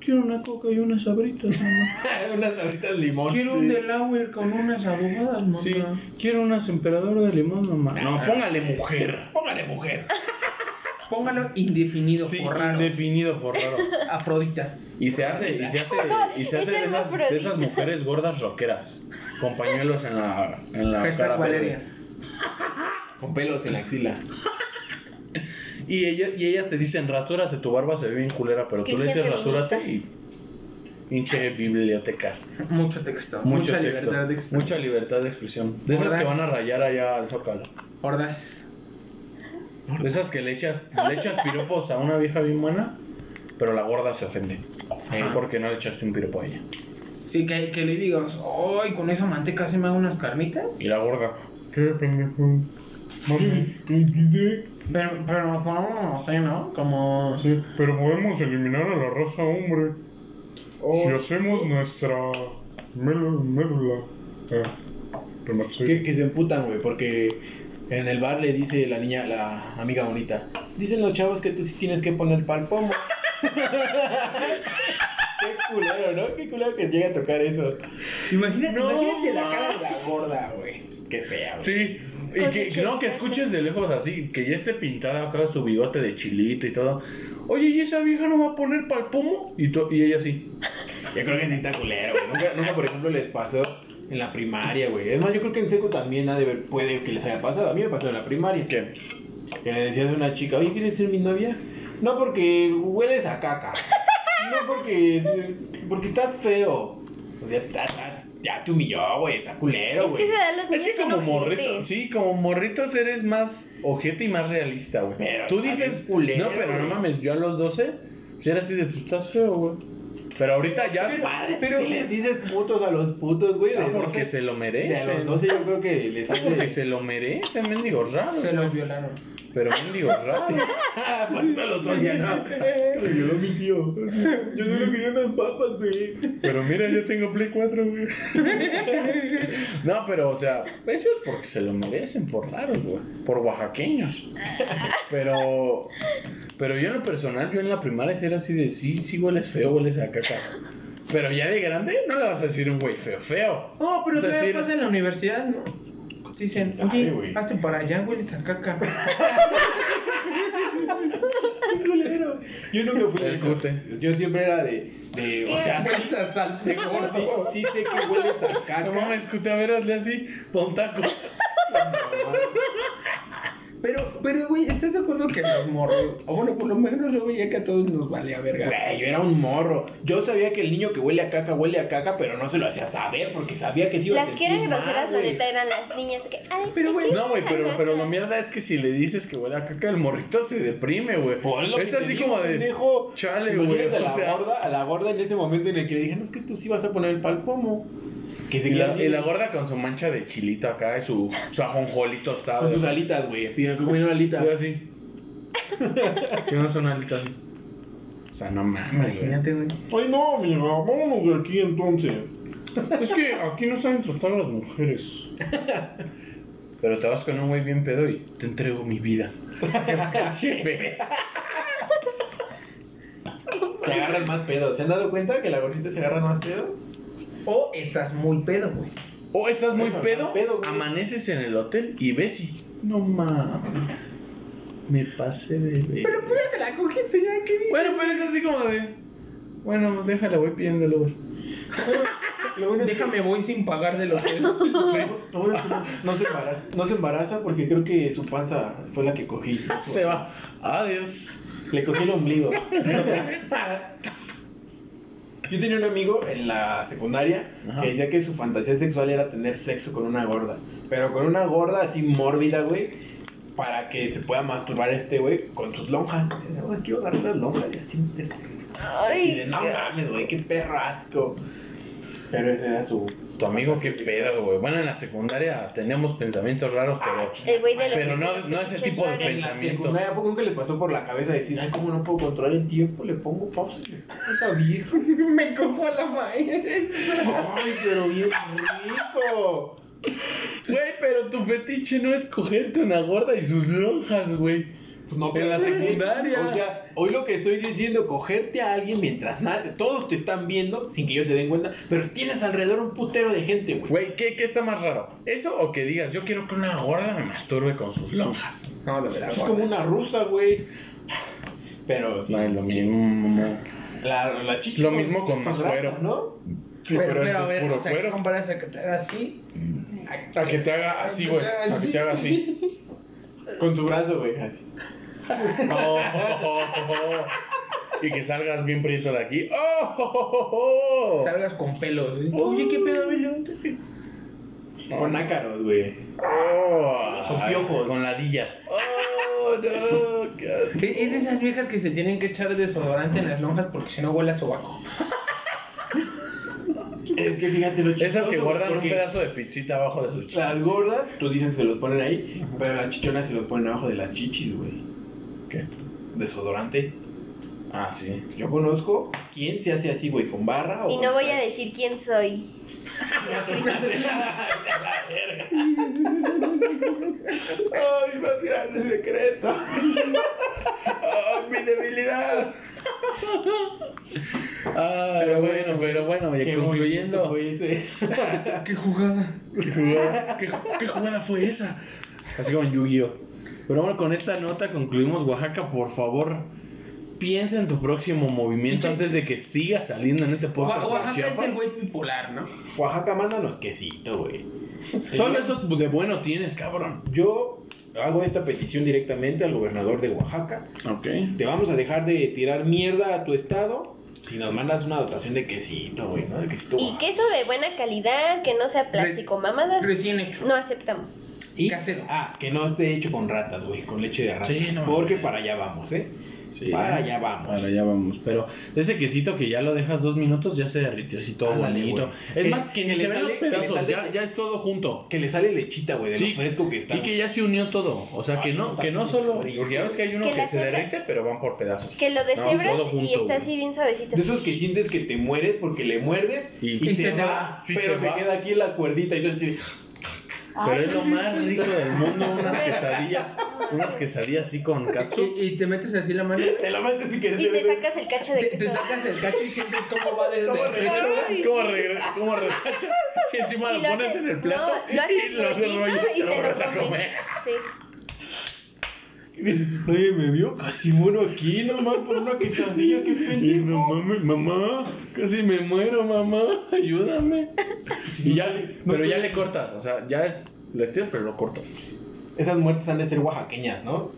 Speaker 4: Quiero una coca y unas sabritas, mamá.
Speaker 5: <laughs> Unas ahoritas de limón.
Speaker 2: Quiero
Speaker 5: Sí.
Speaker 2: un Delaware con unas abogadas, mamá.
Speaker 4: <laughs> Sí, quiero unas emperador de limón, mamá.
Speaker 2: Ah.
Speaker 4: No, póngale mujer.
Speaker 5: Póngale mujer.
Speaker 2: Póngalo indefinido,
Speaker 4: Sí,
Speaker 2: forrado.
Speaker 4: indefinido por raro.
Speaker 2: Afrodita.
Speaker 4: Y se hace, y se hace, y se hace de, esas, de esas mujeres gordas rockeras. Con pañuelos en la, en la cara.
Speaker 2: Hashtag Valeria.
Speaker 4: verde.
Speaker 5: Con pelos en la axila.
Speaker 4: Y, ella, y ellas te dicen, rasúrate, tu barba se ve bien culera, pero tú le dices
Speaker 3: Cristian feminista.
Speaker 4: rasúrate y pinche biblioteca.
Speaker 2: Mucho texto.
Speaker 4: Mucho
Speaker 2: mucha
Speaker 4: texto,
Speaker 2: libertad de expresión.
Speaker 4: Mucha libertad de expresión. De esas
Speaker 2: Gordas.
Speaker 4: que van a rayar allá al zócalo.
Speaker 2: Hordas.
Speaker 4: De esas que le echas, le echas piropos a una vieja bien buena, pero la gorda se ofende. eh,
Speaker 2: Ajá.
Speaker 4: porque no le echaste un piropo a ella.
Speaker 2: Sí, que, que le digas, ¡ay, con esa manteca se me hago unas carnitas!
Speaker 4: Y la gorda, qué pendejo. Mami, ¿qué
Speaker 2: Pero, pero nos ponemos, sé, ¿no? Como...
Speaker 4: Sí, pero podemos eliminar a la raza hombre
Speaker 2: Oh,
Speaker 4: si hacemos nuestra melo- médula. Eh, remache.
Speaker 5: Que, que se emputan, güey, porque en el bar le dice la niña, la amiga bonita. Dicen los chavos que tú sí tienes que poner pal pomo. <laughs> Qué culero, ¿no? Qué culero que llega a tocar eso.
Speaker 2: Imagínate,
Speaker 5: Imagínate la cara de la gorda, güey. Qué fea, güey.
Speaker 4: Sí, y que, Pues que no, que escuches de lejos así, que ya esté pintada acá su bigote de chilito y todo. Oye, ¿y esa vieja no va a poner pal pomo? Y, to- y ella así.
Speaker 5: Yo creo que sí está culero, güey. Nunca, nunca, por ejemplo, les pasó en la primaria, güey. Es más, yo creo que en seco también ha de ver, puede que les haya pasado. A mí me pasó en la primaria.
Speaker 4: ¿Qué?
Speaker 5: Que le decías a una chica, oye, ¿quieres ser mi novia? No porque hueles a caca. No porque, porque estás feo. O sea, ta- ta- ya te humilló, güey. Está culero,
Speaker 3: Es
Speaker 5: güey.
Speaker 3: que se dan los
Speaker 4: Es
Speaker 3: niños
Speaker 4: que
Speaker 3: son
Speaker 4: como morrito,
Speaker 3: ojetes.
Speaker 4: sí, como morritos eres más ojete y más realista, güey.
Speaker 5: Pero
Speaker 4: Tú
Speaker 5: está bien
Speaker 4: dices,
Speaker 5: culero,
Speaker 4: no, pero
Speaker 5: güey.
Speaker 4: no mames, yo a los 12, si era así de, pues estás feo, güey. Pero ahorita ya,
Speaker 5: Madre,
Speaker 2: pero-
Speaker 5: pero si les dices putos a los putos, güey.
Speaker 4: Ah,
Speaker 5: de
Speaker 4: porque
Speaker 5: 12,
Speaker 4: se lo
Speaker 5: de a
Speaker 4: merecen.
Speaker 5: los 12 yo creo que les
Speaker 4: <laughs>
Speaker 5: hace...
Speaker 4: Porque se lo merecen, mendigos raros.
Speaker 2: Se los violaron.
Speaker 4: Pero mendigos raros.
Speaker 5: <laughs> Ah, por eso los odian, ¿no? Regaló mi tío. Yo solo quería unas papas, güey.
Speaker 4: Pero mira, yo tengo Play 4, güey. No, pero, o sea, eso es porque se lo merecen, por raros, güey. Por oaxaqueños. Pero, pero yo en lo personal, yo en la primaria sí era así de, sí, sí hueles feo, hueles a caca. Pero ya de grande no le vas a decir un güey feo, feo.
Speaker 2: No, Oh, pero
Speaker 4: O sea,
Speaker 2: todavía
Speaker 4: sí,
Speaker 2: pasa en la universidad, ¿no? Dicen,
Speaker 5: sabe,
Speaker 2: oye,
Speaker 5: güey?
Speaker 2: hazte para allá, hueles a <laughs> caca.
Speaker 5: Yo nunca fui
Speaker 4: El
Speaker 5: de eso.
Speaker 4: cute.
Speaker 5: Yo siempre era de, de o sea, sí,
Speaker 2: Hueles a sal <laughs> de
Speaker 5: de gordo.
Speaker 2: gordo.
Speaker 5: Sí, sí sé que hueles a caca.
Speaker 4: No mames, escute, a ver, hazle así, pon taco.
Speaker 2: Pero, pero, güey, ¿estás de acuerdo que los morros? O bueno, por lo menos yo veía que a todos nos valía verga.
Speaker 5: Güey, yo era un morro. Yo sabía que el niño que huele a caca huele a caca, pero no se lo hacía saber porque sabía que sí iba a
Speaker 3: Las que eran
Speaker 5: sentir mal,
Speaker 3: groseras, la
Speaker 5: güey.
Speaker 3: neta, eran las niñas. Que, ay,
Speaker 2: Pero,
Speaker 3: ¿qué
Speaker 2: güey,
Speaker 3: quieres
Speaker 4: No, güey, pero,
Speaker 3: acá?
Speaker 4: pero la mierda es que si le dices que huele a caca, el morrito se deprime, güey.
Speaker 5: Por lo
Speaker 4: Es
Speaker 5: que te
Speaker 4: así
Speaker 5: digo,
Speaker 4: como de.
Speaker 5: pendejo.
Speaker 4: Chale, güey.
Speaker 5: Imagínate A
Speaker 4: o
Speaker 5: la,
Speaker 4: sea,
Speaker 5: gorda, a la gorda en ese momento en el que le dije, no, es que tú sí vas a poner el pal pomo. Que se
Speaker 4: y,
Speaker 5: queda
Speaker 4: la,
Speaker 5: así.
Speaker 4: y la gorda con su mancha de chilito acá, y su, su ajonjolí tostado.
Speaker 5: Con tus alitas, güey. Pida que comer una alita.
Speaker 4: Yo
Speaker 2: <laughs>
Speaker 4: así. Que no son alitas. O sea, no mames.
Speaker 2: Imagínate, güey.
Speaker 5: Ay, no, amiga, vámonos de aquí entonces.
Speaker 4: güey. Es que aquí no saben tratar a las mujeres. Pero te vas con un güey bien pedo y te entrego
Speaker 2: <laughs>
Speaker 4: mi vida. Jefe.
Speaker 5: Se agarran más pedo. ¿Se han dado cuenta que la gordita se agarra más pedo?
Speaker 2: O estás muy pedo, güey.
Speaker 4: O estás muy
Speaker 5: Eso,
Speaker 4: pedo,
Speaker 5: pedo, güey.
Speaker 4: amaneces en el hotel y ves y. No mames.
Speaker 1: Me pasé de. ver-
Speaker 2: Pero pues ya te la cogiste ya, ¿qué viste?
Speaker 4: Bueno, pero es así como de. Bueno, déjala, voy pidiéndolo, güey.
Speaker 5: Lo bueno es que-
Speaker 2: Déjame voy sin pagar del hotel.
Speaker 5: lo bueno es que no, se- no se embaraza, no se embaraza porque creo que su panza fue la que cogí.
Speaker 4: Se va. Adiós.
Speaker 5: Le cogí el ombligo. Yo tenía un amigo en la secundaria
Speaker 4: Ajá.
Speaker 5: que decía que su fantasía sexual era tener sexo con una gorda. Pero con una gorda así mórbida, güey. Para que se pueda masturbar este güey con sus lonjas. Así de, "Ay, quiero agarrar las lonjas y así meterse. Y de,
Speaker 3: Ay,
Speaker 5: no mames, güey, qué perro asco. Pero ese era su.
Speaker 4: Tu amigo, qué pedo, güey. Bueno, en la secundaria teníamos pensamientos raros, pero.
Speaker 3: el güey de los
Speaker 4: Pero no- no ese tipo de
Speaker 5: En la
Speaker 4: Pensamientos.
Speaker 5: secundaria, ¿a poco nunca les pasó por la cabeza decir, ay, cómo no puedo controlar el tiempo? Le pongo pausa y le pongo esa vieja.
Speaker 2: <laughs> Me cojo a la maestra.
Speaker 5: Ay, pero bien rico.
Speaker 4: Güey, pero tu fetiche no es cogerte una gorda y sus lonjas, güey.
Speaker 5: Pues no, <laughs>
Speaker 4: En la
Speaker 5: pero-
Speaker 4: secundaria.
Speaker 5: O sea, hoy lo que estoy diciendo, cogerte a alguien mientras nadie, todos te están viendo sin que ellos se den cuenta, pero tienes alrededor un putero de gente, güey.
Speaker 4: Güey, ¿qué, ¿qué está más raro? ¿Eso o que digas, yo quiero que una gorda me masturbe con sus lonjas?
Speaker 2: No, lo de la
Speaker 5: Es como
Speaker 2: gorda.
Speaker 5: una rusa, güey. Pero sí.
Speaker 4: no es lo
Speaker 5: sí.
Speaker 4: mismo.
Speaker 5: La, la chichi
Speaker 4: Lo mismo con más
Speaker 5: grasa,
Speaker 4: cuero.
Speaker 5: ¿no?
Speaker 4: Sí,
Speaker 2: pero, pero,
Speaker 4: esto
Speaker 2: a
Speaker 4: es
Speaker 2: ver,
Speaker 4: puro
Speaker 2: o sea,
Speaker 4: cuero.
Speaker 2: ¿qué comparas a que te haga así?
Speaker 4: A que te haga así, güey. A que te haga así.
Speaker 5: Con tu brazo, güey. así.
Speaker 4: Oh, oh, oh, oh. Y que salgas bien prieto de aquí. Oh, oh, oh, oh.
Speaker 2: Salgas con pelos. ¿eh?
Speaker 4: Oye, qué pedo, Billy, levántate. Ah.
Speaker 5: Con ácaros, güey.
Speaker 4: Oh,
Speaker 5: Con
Speaker 4: ay,
Speaker 5: piojos.
Speaker 4: Con ladillas. Oh, no. qué asco.
Speaker 2: E, Es es de esas viejas que se tienen que echar desodorante en las lonjas porque si no huele a sobaco.
Speaker 5: Es que fíjate lo chistoso.
Speaker 4: Esas que
Speaker 5: güey,
Speaker 4: guardan un
Speaker 5: porque
Speaker 4: pedazo de pizzita abajo de su chicha.
Speaker 5: Las gordas, tú dices se los ponen ahí, pero las chichonas se los ponen abajo de las chichis, güey.
Speaker 4: ¿Qué?
Speaker 5: Desodorante.
Speaker 4: Ah, sí.
Speaker 5: Yo conozco quién se hace así, güey, con barra o
Speaker 3: Y
Speaker 5: con
Speaker 3: no voy a
Speaker 5: spray.
Speaker 3: decir quién soy.
Speaker 5: Ay, más grande secreto.
Speaker 4: ¡Oh, mi debilidad! Ah,
Speaker 5: Pero
Speaker 4: pero
Speaker 5: bueno,
Speaker 4: bueno, pero bueno, oye,
Speaker 5: Qué bonito
Speaker 4: concluyendo. <laughs>
Speaker 5: fue ese.
Speaker 2: ¡Qué jugada!
Speaker 4: ¿Qué jugada, qué ju- qué jugada fue esa? Así como en Yu-Gi-Oh! Pero bueno, con esta nota concluimos Oaxaca, por favor. Piensa en tu próximo movimiento antes de que siga saliendo en este podcast.
Speaker 2: Oa- Oaxaca es
Speaker 4: Chiapas.
Speaker 2: el güey bipolar, ¿no?
Speaker 5: Oaxaca, mándanos quesito, güey.
Speaker 4: Solo eso de bueno tienes, cabrón.
Speaker 5: Yo hago esta petición directamente al gobernador de Oaxaca.
Speaker 4: Ok.
Speaker 5: Te vamos a dejar de tirar mierda a tu estado si nos mandas una dotación de quesito, güey, ¿no? De quesito.
Speaker 3: Y
Speaker 5: Oaxaca.
Speaker 3: queso de buena calidad, que no sea plástico, mamadas.
Speaker 2: Recién hecho.
Speaker 3: No aceptamos.
Speaker 5: Y-
Speaker 2: Casero.
Speaker 5: Ah, que no esté hecho con ratas, güey, con leche de ratas.
Speaker 4: Sí, no
Speaker 5: porque
Speaker 4: mames.
Speaker 5: para allá vamos, ¿eh?
Speaker 4: Sí.
Speaker 5: Para allá vamos.
Speaker 4: Para allá vamos. Pero ese quesito que ya lo dejas dos minutos ya se derritió así todo
Speaker 5: Ándale,
Speaker 4: bonito.
Speaker 5: güey.
Speaker 4: Es
Speaker 5: Que-
Speaker 4: más, que,
Speaker 5: que
Speaker 4: ni
Speaker 5: le
Speaker 4: se ven
Speaker 5: sale-
Speaker 4: los
Speaker 5: que le
Speaker 4: pedazos,
Speaker 5: sale-
Speaker 4: ya, ya es todo junto.
Speaker 5: Que le sale lechita, güey, de lo fresco que está. Ah,
Speaker 4: Y que ya se unió todo. O sea, que no, que no solo. Porque ya ves que hay uno
Speaker 3: Que
Speaker 4: que,
Speaker 3: la
Speaker 4: se
Speaker 3: cebra-
Speaker 4: derrite, pero van por pedazos.
Speaker 3: Que lo
Speaker 4: No,
Speaker 3: deshebras
Speaker 4: todo junto,
Speaker 3: y está
Speaker 4: güey.
Speaker 3: así bien suavecito.
Speaker 5: De esos que sientes que te mueres porque le muerdes y,
Speaker 4: Y-
Speaker 2: y
Speaker 5: se,
Speaker 2: se te
Speaker 5: va,
Speaker 2: va.
Speaker 4: Sí,
Speaker 5: pero
Speaker 4: se
Speaker 5: se,
Speaker 4: va.
Speaker 5: queda aquí en la cuerdita y entonces así,
Speaker 4: Pero es lo más rico del
Speaker 3: <laughs>
Speaker 4: mundo, unas quesadillas. Unas quesadillas así con katsu.
Speaker 2: Y, y te metes así la mano.
Speaker 5: te la metes sin querer.
Speaker 3: Y te
Speaker 5: metes-
Speaker 3: sacas el cacho de
Speaker 2: Te, te
Speaker 3: queso.
Speaker 2: sacas el cacho y sientes cómo va desde
Speaker 5: ¿Cómo
Speaker 2: dentro.
Speaker 5: regresa?
Speaker 3: Ay.
Speaker 4: ¿Cómo regresa? ¿Cómo retacha? Y encima
Speaker 3: Y
Speaker 4: lo,
Speaker 3: lo
Speaker 4: pones
Speaker 3: haces-
Speaker 4: en el plato
Speaker 3: no, lo haces
Speaker 4: y lo haces
Speaker 3: rollito
Speaker 4: rollo
Speaker 3: y
Speaker 4: y te lo
Speaker 3: te lo
Speaker 4: vas a
Speaker 3: comes.
Speaker 4: comer.
Speaker 3: Sí.
Speaker 5: Oye, me vio casi muero aquí nomás por una quesadilla, qué
Speaker 4: Y
Speaker 5: pendejo.
Speaker 4: no mames, mamá, casi me muero, mamá, ayúdame. Y ya, pero ya le cortas, o sea, ya es, le estiras, pero lo cortas.
Speaker 5: Esas muertes han de ser oaxaqueñas, ¿no?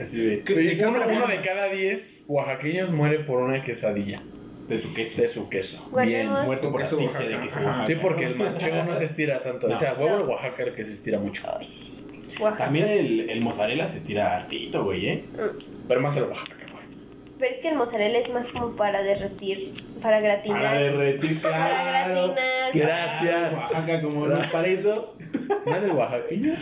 Speaker 5: Así de,
Speaker 2: ¿Qué-
Speaker 4: Sí,
Speaker 2: de qué
Speaker 4: uno,
Speaker 2: otra
Speaker 4: uno
Speaker 2: forma?
Speaker 4: de cada diez oaxaqueños muere por una quesadilla
Speaker 5: de tu queso.
Speaker 4: de su queso. Bien.
Speaker 3: Guardemos-
Speaker 5: Muerto por
Speaker 2: Queso
Speaker 5: asfixia de
Speaker 2: Oaxaca.
Speaker 5: queso
Speaker 2: Ajá.
Speaker 5: Oaxaca.
Speaker 4: Sí, porque el manchego Ah, no se estira tanto. O sea,
Speaker 5: No.
Speaker 4: huevo
Speaker 3: No.
Speaker 4: el Oaxaca el que se estira mucho.
Speaker 3: Ay, sí. Oaxaca.
Speaker 5: También el, el mozzarella se tira hartito, güey, ¿eh?
Speaker 3: Mm,
Speaker 4: Pero más el Oaxaca, güey.
Speaker 3: Pero es que el mozzarella es más como para derretir, para gratinar.
Speaker 5: Para
Speaker 2: <laughs>
Speaker 5: derretir, claro.
Speaker 3: gratinar.
Speaker 4: Gracias.
Speaker 5: Oaxaca, como no es para eso.
Speaker 4: ¿No eres oaxaqueño?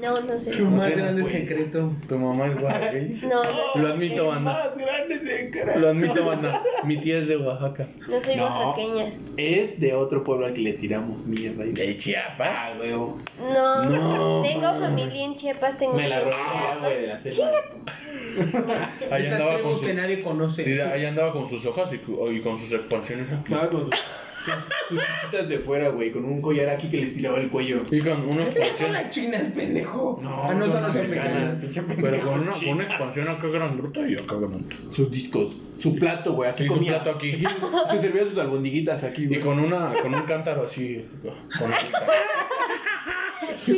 Speaker 3: No, no sé.
Speaker 2: Tu
Speaker 4: No
Speaker 2: más
Speaker 4: tiene
Speaker 2: grande
Speaker 4: fuerza.
Speaker 2: secreto.
Speaker 4: Tu mamá es oaxaqueña.
Speaker 3: No, no,
Speaker 4: Lo admito, banda.
Speaker 5: Más grandes en cara.
Speaker 4: Lo admito, banda. Mi tía es de Oaxaca.
Speaker 3: no soy
Speaker 5: No.
Speaker 3: oaxaqueña.
Speaker 5: Es de otro pueblo al que le tiramos mierda. Y
Speaker 4: ¿De Chiapas?
Speaker 5: Ah, huevo.
Speaker 3: No,
Speaker 4: No.
Speaker 3: tengo familia en Chiapas,
Speaker 2: Oh,
Speaker 3: tengo
Speaker 5: Me la
Speaker 3: familia en
Speaker 5: robaba,
Speaker 3: Chiapas.
Speaker 5: güey, de la selva.
Speaker 4: Ahí
Speaker 2: Esas
Speaker 4: andaba con
Speaker 2: tribus
Speaker 4: su-
Speaker 2: que nadie conoce.
Speaker 4: Sí, ahí andaba con sus hojas y, cu- y con sus expansiones.
Speaker 5: Estaba con su- cuchillitas de fuera, güey, con un collar aquí que les tiraba el cuello.
Speaker 4: Y con una
Speaker 2: Son
Speaker 4: expansión.
Speaker 2: las chinas, pendejo.
Speaker 5: No,
Speaker 2: Ah, pues, no
Speaker 5: son
Speaker 2: son las
Speaker 5: americanas.
Speaker 2: americanas.
Speaker 4: Pero con una, con una expansión acá grandota y acá grandota.
Speaker 5: Sus discos, su plato, güey, aquí
Speaker 4: Y su
Speaker 5: comía.
Speaker 4: plato aquí.
Speaker 5: Se servía sus albondiguitas aquí,
Speaker 4: Y
Speaker 5: güey.
Speaker 4: con una, con un cántaro así. Con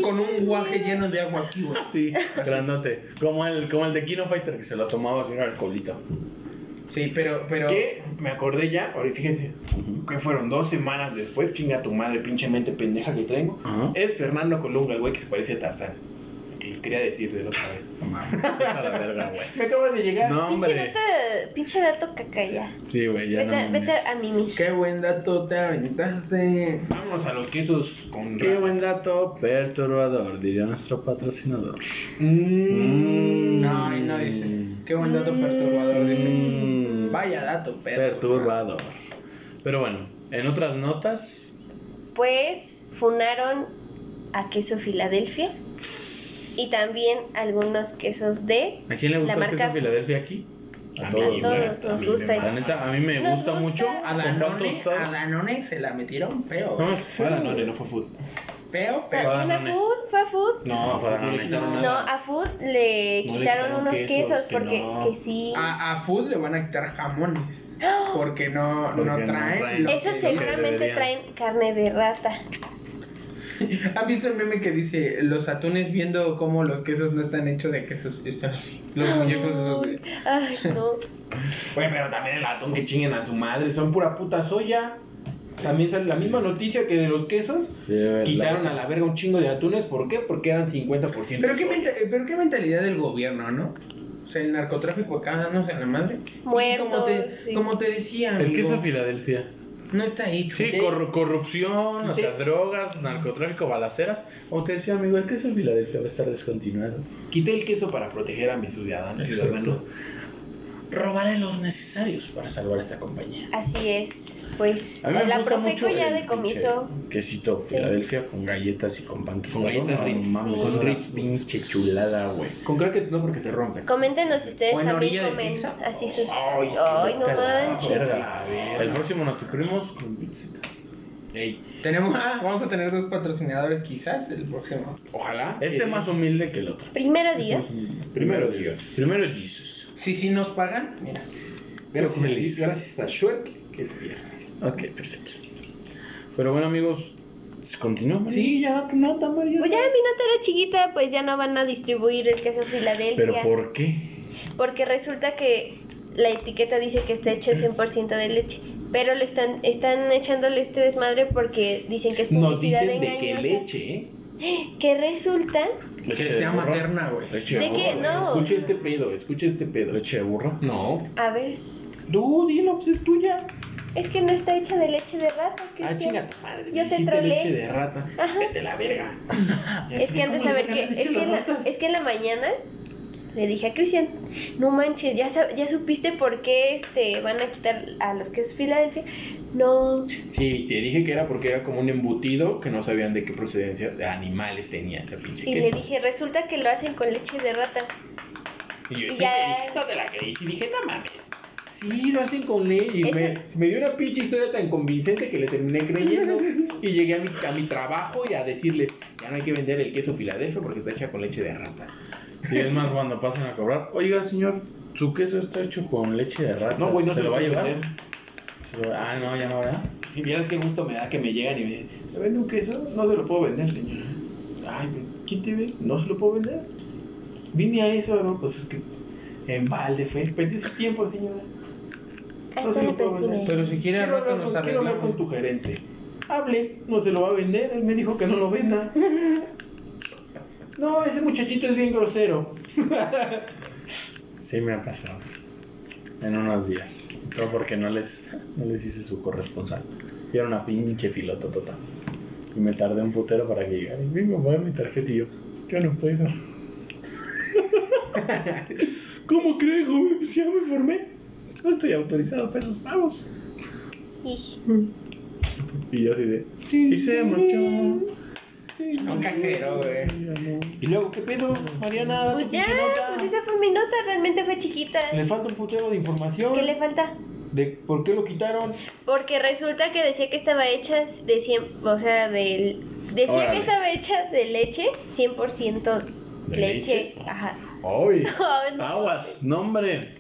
Speaker 2: Con un guaje lleno de agua aquí, güey.
Speaker 4: sí, grandote. Como el, como el de Kino Fighter que se lo tomaba que era alcoholita.
Speaker 2: Sí, pero, pero.
Speaker 5: Que me acordé ya, ahorita fíjense, que fueron dos semanas después, chinga tu madre, pinche mente pendeja que tengo.
Speaker 4: Ajá.
Speaker 5: Es Fernando Colunga, el güey que se parece a Tarzán. Que les quería decir de la otra vez.
Speaker 4: No mames, a la verga, güey.
Speaker 5: Me acaba de llegar.
Speaker 4: No,
Speaker 3: Pinche
Speaker 4: hombre.
Speaker 3: dato, pinche dato caca ya.
Speaker 4: Sí, güey, ya
Speaker 3: Vete,
Speaker 4: no mames.
Speaker 3: vete a mimir.
Speaker 2: Qué buen dato te aventaste.
Speaker 5: Vámonos a los quesos con
Speaker 4: Qué
Speaker 5: ratas.
Speaker 4: buen dato perturbador, diría nuestro patrocinador.
Speaker 5: Mm.
Speaker 2: No, ahí no dice. Qué buen dato perturbador, dice.
Speaker 4: Mm,
Speaker 2: Vaya dato, perturbador.
Speaker 4: perturbador. Pero bueno, en otras notas,
Speaker 3: Pues funaron a queso Filadelfia y también algunos quesos de
Speaker 4: ¿a quién le gusta
Speaker 3: La
Speaker 4: el queso
Speaker 3: marca-
Speaker 4: Filadelfia aquí?
Speaker 5: A
Speaker 4: A
Speaker 5: todos,
Speaker 4: todos,
Speaker 5: güey.
Speaker 4: güey.
Speaker 3: todos nos
Speaker 5: mí
Speaker 3: gusta.
Speaker 5: me
Speaker 4: La neta, a mí me
Speaker 3: Nos
Speaker 4: gusta
Speaker 3: gusta.
Speaker 4: mucho.
Speaker 2: A
Speaker 4: con pan
Speaker 2: Danone,
Speaker 4: tostado.
Speaker 2: a Danone se la metieron feo.
Speaker 4: No,
Speaker 5: Fue
Speaker 4: feo,
Speaker 5: Danone,
Speaker 4: güey.
Speaker 5: no fue Food.
Speaker 2: Feo,
Speaker 3: fue
Speaker 2: feo.
Speaker 4: Ah,
Speaker 3: a
Speaker 4: no, no.
Speaker 3: food, fue a food.
Speaker 5: No,
Speaker 4: fue
Speaker 5: Food no
Speaker 4: Danone.
Speaker 5: le quitaron
Speaker 3: No,
Speaker 2: Ah.
Speaker 5: nada.
Speaker 3: a food le
Speaker 5: No le
Speaker 3: quitaron,
Speaker 5: quitaron
Speaker 3: unos
Speaker 5: quesos,
Speaker 3: quesos,
Speaker 5: que
Speaker 3: porque
Speaker 5: no.
Speaker 3: que sí.
Speaker 2: A, a Food le van a quitar jamones.
Speaker 3: ¡Ah!
Speaker 2: Porque no,
Speaker 4: Porque
Speaker 2: no
Speaker 4: no
Speaker 2: traen.
Speaker 4: traen.
Speaker 2: lo
Speaker 3: Esos
Speaker 2: que
Speaker 3: seguramente
Speaker 4: deberían.
Speaker 3: traen carne de rata.
Speaker 2: ¿Han visto el meme que dice los atunes viendo cómo los quesos no están hechos de quesos? están Los muñecos esos de...
Speaker 3: Ay, no.
Speaker 5: Güey, pero también el atún que chinguen a su madre. Son pura puta soya. También sale la misma noticia que de los quesos.
Speaker 4: Sí, güey,
Speaker 5: Quitaron
Speaker 4: la-
Speaker 5: a la verga un chingo de atunes. ¿Por qué? Porque eran 50%.
Speaker 2: Pero qué,
Speaker 5: soya.
Speaker 2: menta- pero qué mentalidad del gobierno, ¿no? O sea, el narcotráfico acá dándose a la madre. Y Como
Speaker 3: Muertos,
Speaker 2: te,
Speaker 3: sí.
Speaker 2: como te decía,
Speaker 4: El
Speaker 2: amigo,
Speaker 4: queso Filadelfia.
Speaker 2: no está hecho.
Speaker 4: Sí, corru- corrupción, o sea, drogas, narcotráfico, balaceras. Como te decía, amigo, el queso Filadelfia va a estar descontinuado.
Speaker 5: Quité el queso para proteger a mis ciudadanos.
Speaker 4: Exacto.
Speaker 5: ciudadanos.
Speaker 4: Robaré los necesarios para salvar esta compañía.
Speaker 3: Así es. Pues
Speaker 4: A mí me
Speaker 3: la
Speaker 4: gusta mucho
Speaker 3: Profeco ya
Speaker 4: el
Speaker 3: decomisó.
Speaker 4: pinche Quesito Filadelfia con galletas y con pan tostado.
Speaker 5: galletas
Speaker 4: No
Speaker 5: Ritz.
Speaker 4: mames,
Speaker 3: Sí.
Speaker 4: es una pinche chulada, güey.
Speaker 5: Con crackers no, porque se rompen.
Speaker 3: Coméntenos si ustedes
Speaker 2: ¿O en
Speaker 3: también
Speaker 2: orilla de
Speaker 3: comen
Speaker 2: pizza?
Speaker 3: así sus.
Speaker 5: Ay,
Speaker 3: Ay,
Speaker 5: qué
Speaker 3: no
Speaker 4: Vete a la
Speaker 3: manches.
Speaker 4: verga. El próximo Notuprimos con pizzita.
Speaker 5: Ey,
Speaker 2: Tenemos, ah, vamos a tener dos patrocinadores quizás el próximo.
Speaker 5: ojalá.
Speaker 4: Este más humilde que el otro.
Speaker 3: Primero Dios.
Speaker 5: Primero Dios.
Speaker 4: Primero Jesus.
Speaker 2: Si sí nos pagan, mira.
Speaker 5: Gracias,
Speaker 4: Feliz.
Speaker 5: gracias a Shrek, que es viernes.
Speaker 4: Ok, perfecto. Pero bueno, amigos, pues, continuamos.
Speaker 5: ya da tu nota, María.
Speaker 3: Pues ya mi nota era chiquita, pues ya no van a distribuir el queso Filadelfia.
Speaker 4: Pero ¿por qué?
Speaker 3: Porque resulta que la etiqueta dice que está hecho 100% de leche. Pero le están, están echándole este desmadre porque dicen que es
Speaker 5: Nos
Speaker 3: publicidad
Speaker 5: dicen de qué
Speaker 3: engañosa.
Speaker 5: leche, ¿eh?
Speaker 3: Que resulta
Speaker 4: Leche
Speaker 2: Que
Speaker 4: de
Speaker 2: sea
Speaker 4: burro.
Speaker 2: materna, güey.
Speaker 4: Leche
Speaker 3: de que
Speaker 4: burro,
Speaker 3: no.
Speaker 5: Escucha este pedo, escucha este pedo.
Speaker 4: güey. Leche de burro.
Speaker 5: No.
Speaker 3: A ver,
Speaker 5: Tú, dilo, pues es tuya.
Speaker 3: es que no está hecha de leche de rata.
Speaker 5: Ah,
Speaker 3: Cristian.
Speaker 5: chinga tu madre.
Speaker 3: Yo te
Speaker 5: dijiste
Speaker 3: troleé.
Speaker 5: leche de rata.
Speaker 3: Ajá.
Speaker 5: Vete a la verga.
Speaker 3: Es que antes de ver que, es que, en la, es que en la mañana le dije a Cristian, no manches, ya, sab- ya supiste por qué este van a quitar a los quesos Filadelfia. No,
Speaker 5: Sí, te dije que era porque era como un embutido que no sabían de qué procedencia de animales tenía ese pinche
Speaker 3: y le
Speaker 5: queso.
Speaker 3: dije, resulta que lo hacen con leche de ratas.
Speaker 5: Y yo
Speaker 3: y
Speaker 5: sí
Speaker 3: ya-
Speaker 5: te dije, no te la creí. Y dije, no mames. Sí, lo hacen con leche. Y
Speaker 3: Eso-
Speaker 5: me, me dio una pinche historia tan convincente que le terminé
Speaker 3: <laughs>
Speaker 5: creyendo. y llegué a mi, a mi trabajo y a decirles, ya no hay que vender el queso Filadelfia porque está hecha con leche de ratas.
Speaker 4: Y es más, cuando pasan a cobrar, oiga, señor, su queso está hecho con leche de rata.
Speaker 5: No, güey, no
Speaker 4: se
Speaker 5: te
Speaker 4: lo va a
Speaker 5: puedo
Speaker 4: llevar.
Speaker 5: vender.
Speaker 4: Se lo- Ah, no, ya no, ¿verdad?
Speaker 5: Si vieras qué gusto me da que me llegan y me dicen, ¿me vende un queso? No se lo puedo vender, señora. Ay, pues, ¿quién te ve? No se lo puedo vender. Vine a eso, ¿no? Pues es que en balde fue. Perdí su tiempo, señora. Ah, No se
Speaker 3: Hasta
Speaker 5: lo
Speaker 3: la
Speaker 5: puedo
Speaker 3: próxima.
Speaker 5: vender.
Speaker 2: Pero si quiere al
Speaker 5: Quiero
Speaker 2: rato
Speaker 5: hablar,
Speaker 2: nos
Speaker 5: con, quiero hablar con
Speaker 2: arreglamos.
Speaker 5: tu gerente. Hable, no se lo va a vender. Él me dijo que no lo venda. No, ese muchachito es bien grosero.
Speaker 4: Sí, me ha pasado. En unos días. Todo porque no les, no les hice su corresponsal. Y era una pinche filototota. Y me tardé un putero para que llegara. Y vengo a pagar mi tarjeta y yo, yo no <laughs> puedo. ¿Cómo crees, joven? Pues ya me formé. No estoy autorizado para esos pagos.
Speaker 3: Y-
Speaker 4: Y yo así de, y se marchó.
Speaker 2: Un cajero, güey.
Speaker 5: Y luego, ¿qué pedo? Mariana,
Speaker 3: Pues
Speaker 5: ¿qué
Speaker 3: ya,
Speaker 5: nota?
Speaker 3: pues esa fue mi nota, realmente fue chiquita.
Speaker 5: Le falta un putero de información.
Speaker 3: ¿Qué le falta?
Speaker 5: de por qué lo quitaron.
Speaker 3: Porque resulta que decía que estaba hecha de 100, o sea, del decía
Speaker 6: Órale.
Speaker 3: que estaba hecha de leche 100%
Speaker 6: ¿De
Speaker 3: leche,
Speaker 6: leche?
Speaker 3: ajá.
Speaker 6: ¡Ay!
Speaker 3: Ay, no.
Speaker 4: <laughs>
Speaker 6: ¡Aguas! ¡Nombre!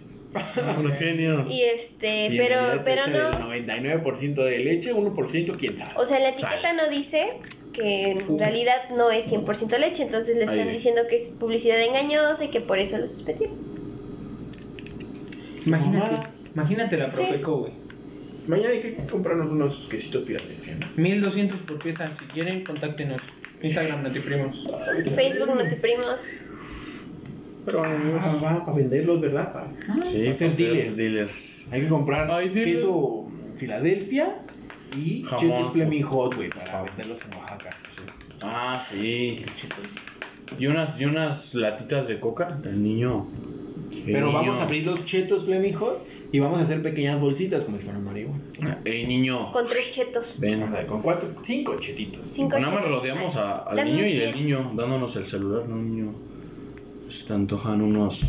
Speaker 6: ¡Unos genios!
Speaker 3: Y este,
Speaker 5: Y en realidad
Speaker 3: pero
Speaker 5: está
Speaker 3: pero
Speaker 5: hecha
Speaker 3: no,
Speaker 5: del 99% de leche, 1% quién sabe.
Speaker 3: o sea, la etiqueta no dice que en realidad no es 100% leche, entonces le están
Speaker 6: Ahí.
Speaker 3: diciendo que es publicidad engañosa y que por eso lo suspendieron.
Speaker 2: Imagínate,
Speaker 5: Mamada.
Speaker 2: imagínate la Profeco, güey.
Speaker 5: Mañana hay que comprarnos unos quesitos Filadelfia.
Speaker 2: 1200 por pieza. Si quieren, contáctenos. Instagram, no te primos.
Speaker 3: Facebook no te primos.
Speaker 5: Pero ah, va, para venderlos, ¿verdad? Pa? Va
Speaker 6: Sí,
Speaker 5: a ser
Speaker 6: por ser
Speaker 5: dealer.
Speaker 6: dealers.
Speaker 5: Hay que comprar
Speaker 6: Ay, dile.
Speaker 5: queso Filadelfia y
Speaker 6: Jamón.
Speaker 5: chetos Fleming Hot, güey, para venderlos en Oaxaca. Sí.
Speaker 6: Ah, sí. Y unas, y unas latitas de coca. El niño. el
Speaker 5: Pero vamos
Speaker 6: niño-
Speaker 5: a abrir los chetos Fleming Hot y vamos a hacer pequeñas bolsitas como si fueran marihuana.
Speaker 6: El niño.
Speaker 3: Con tres chetos.
Speaker 6: Ven.
Speaker 5: Anda, Con cuatro, cinco chetitos.
Speaker 3: Cinco
Speaker 6: Nada más
Speaker 3: chetos.
Speaker 6: rodeamos a- al
Speaker 3: Dame un
Speaker 6: niño y
Speaker 3: cien.
Speaker 6: el niño dándonos el celular. No, niño. Se te antojan unos.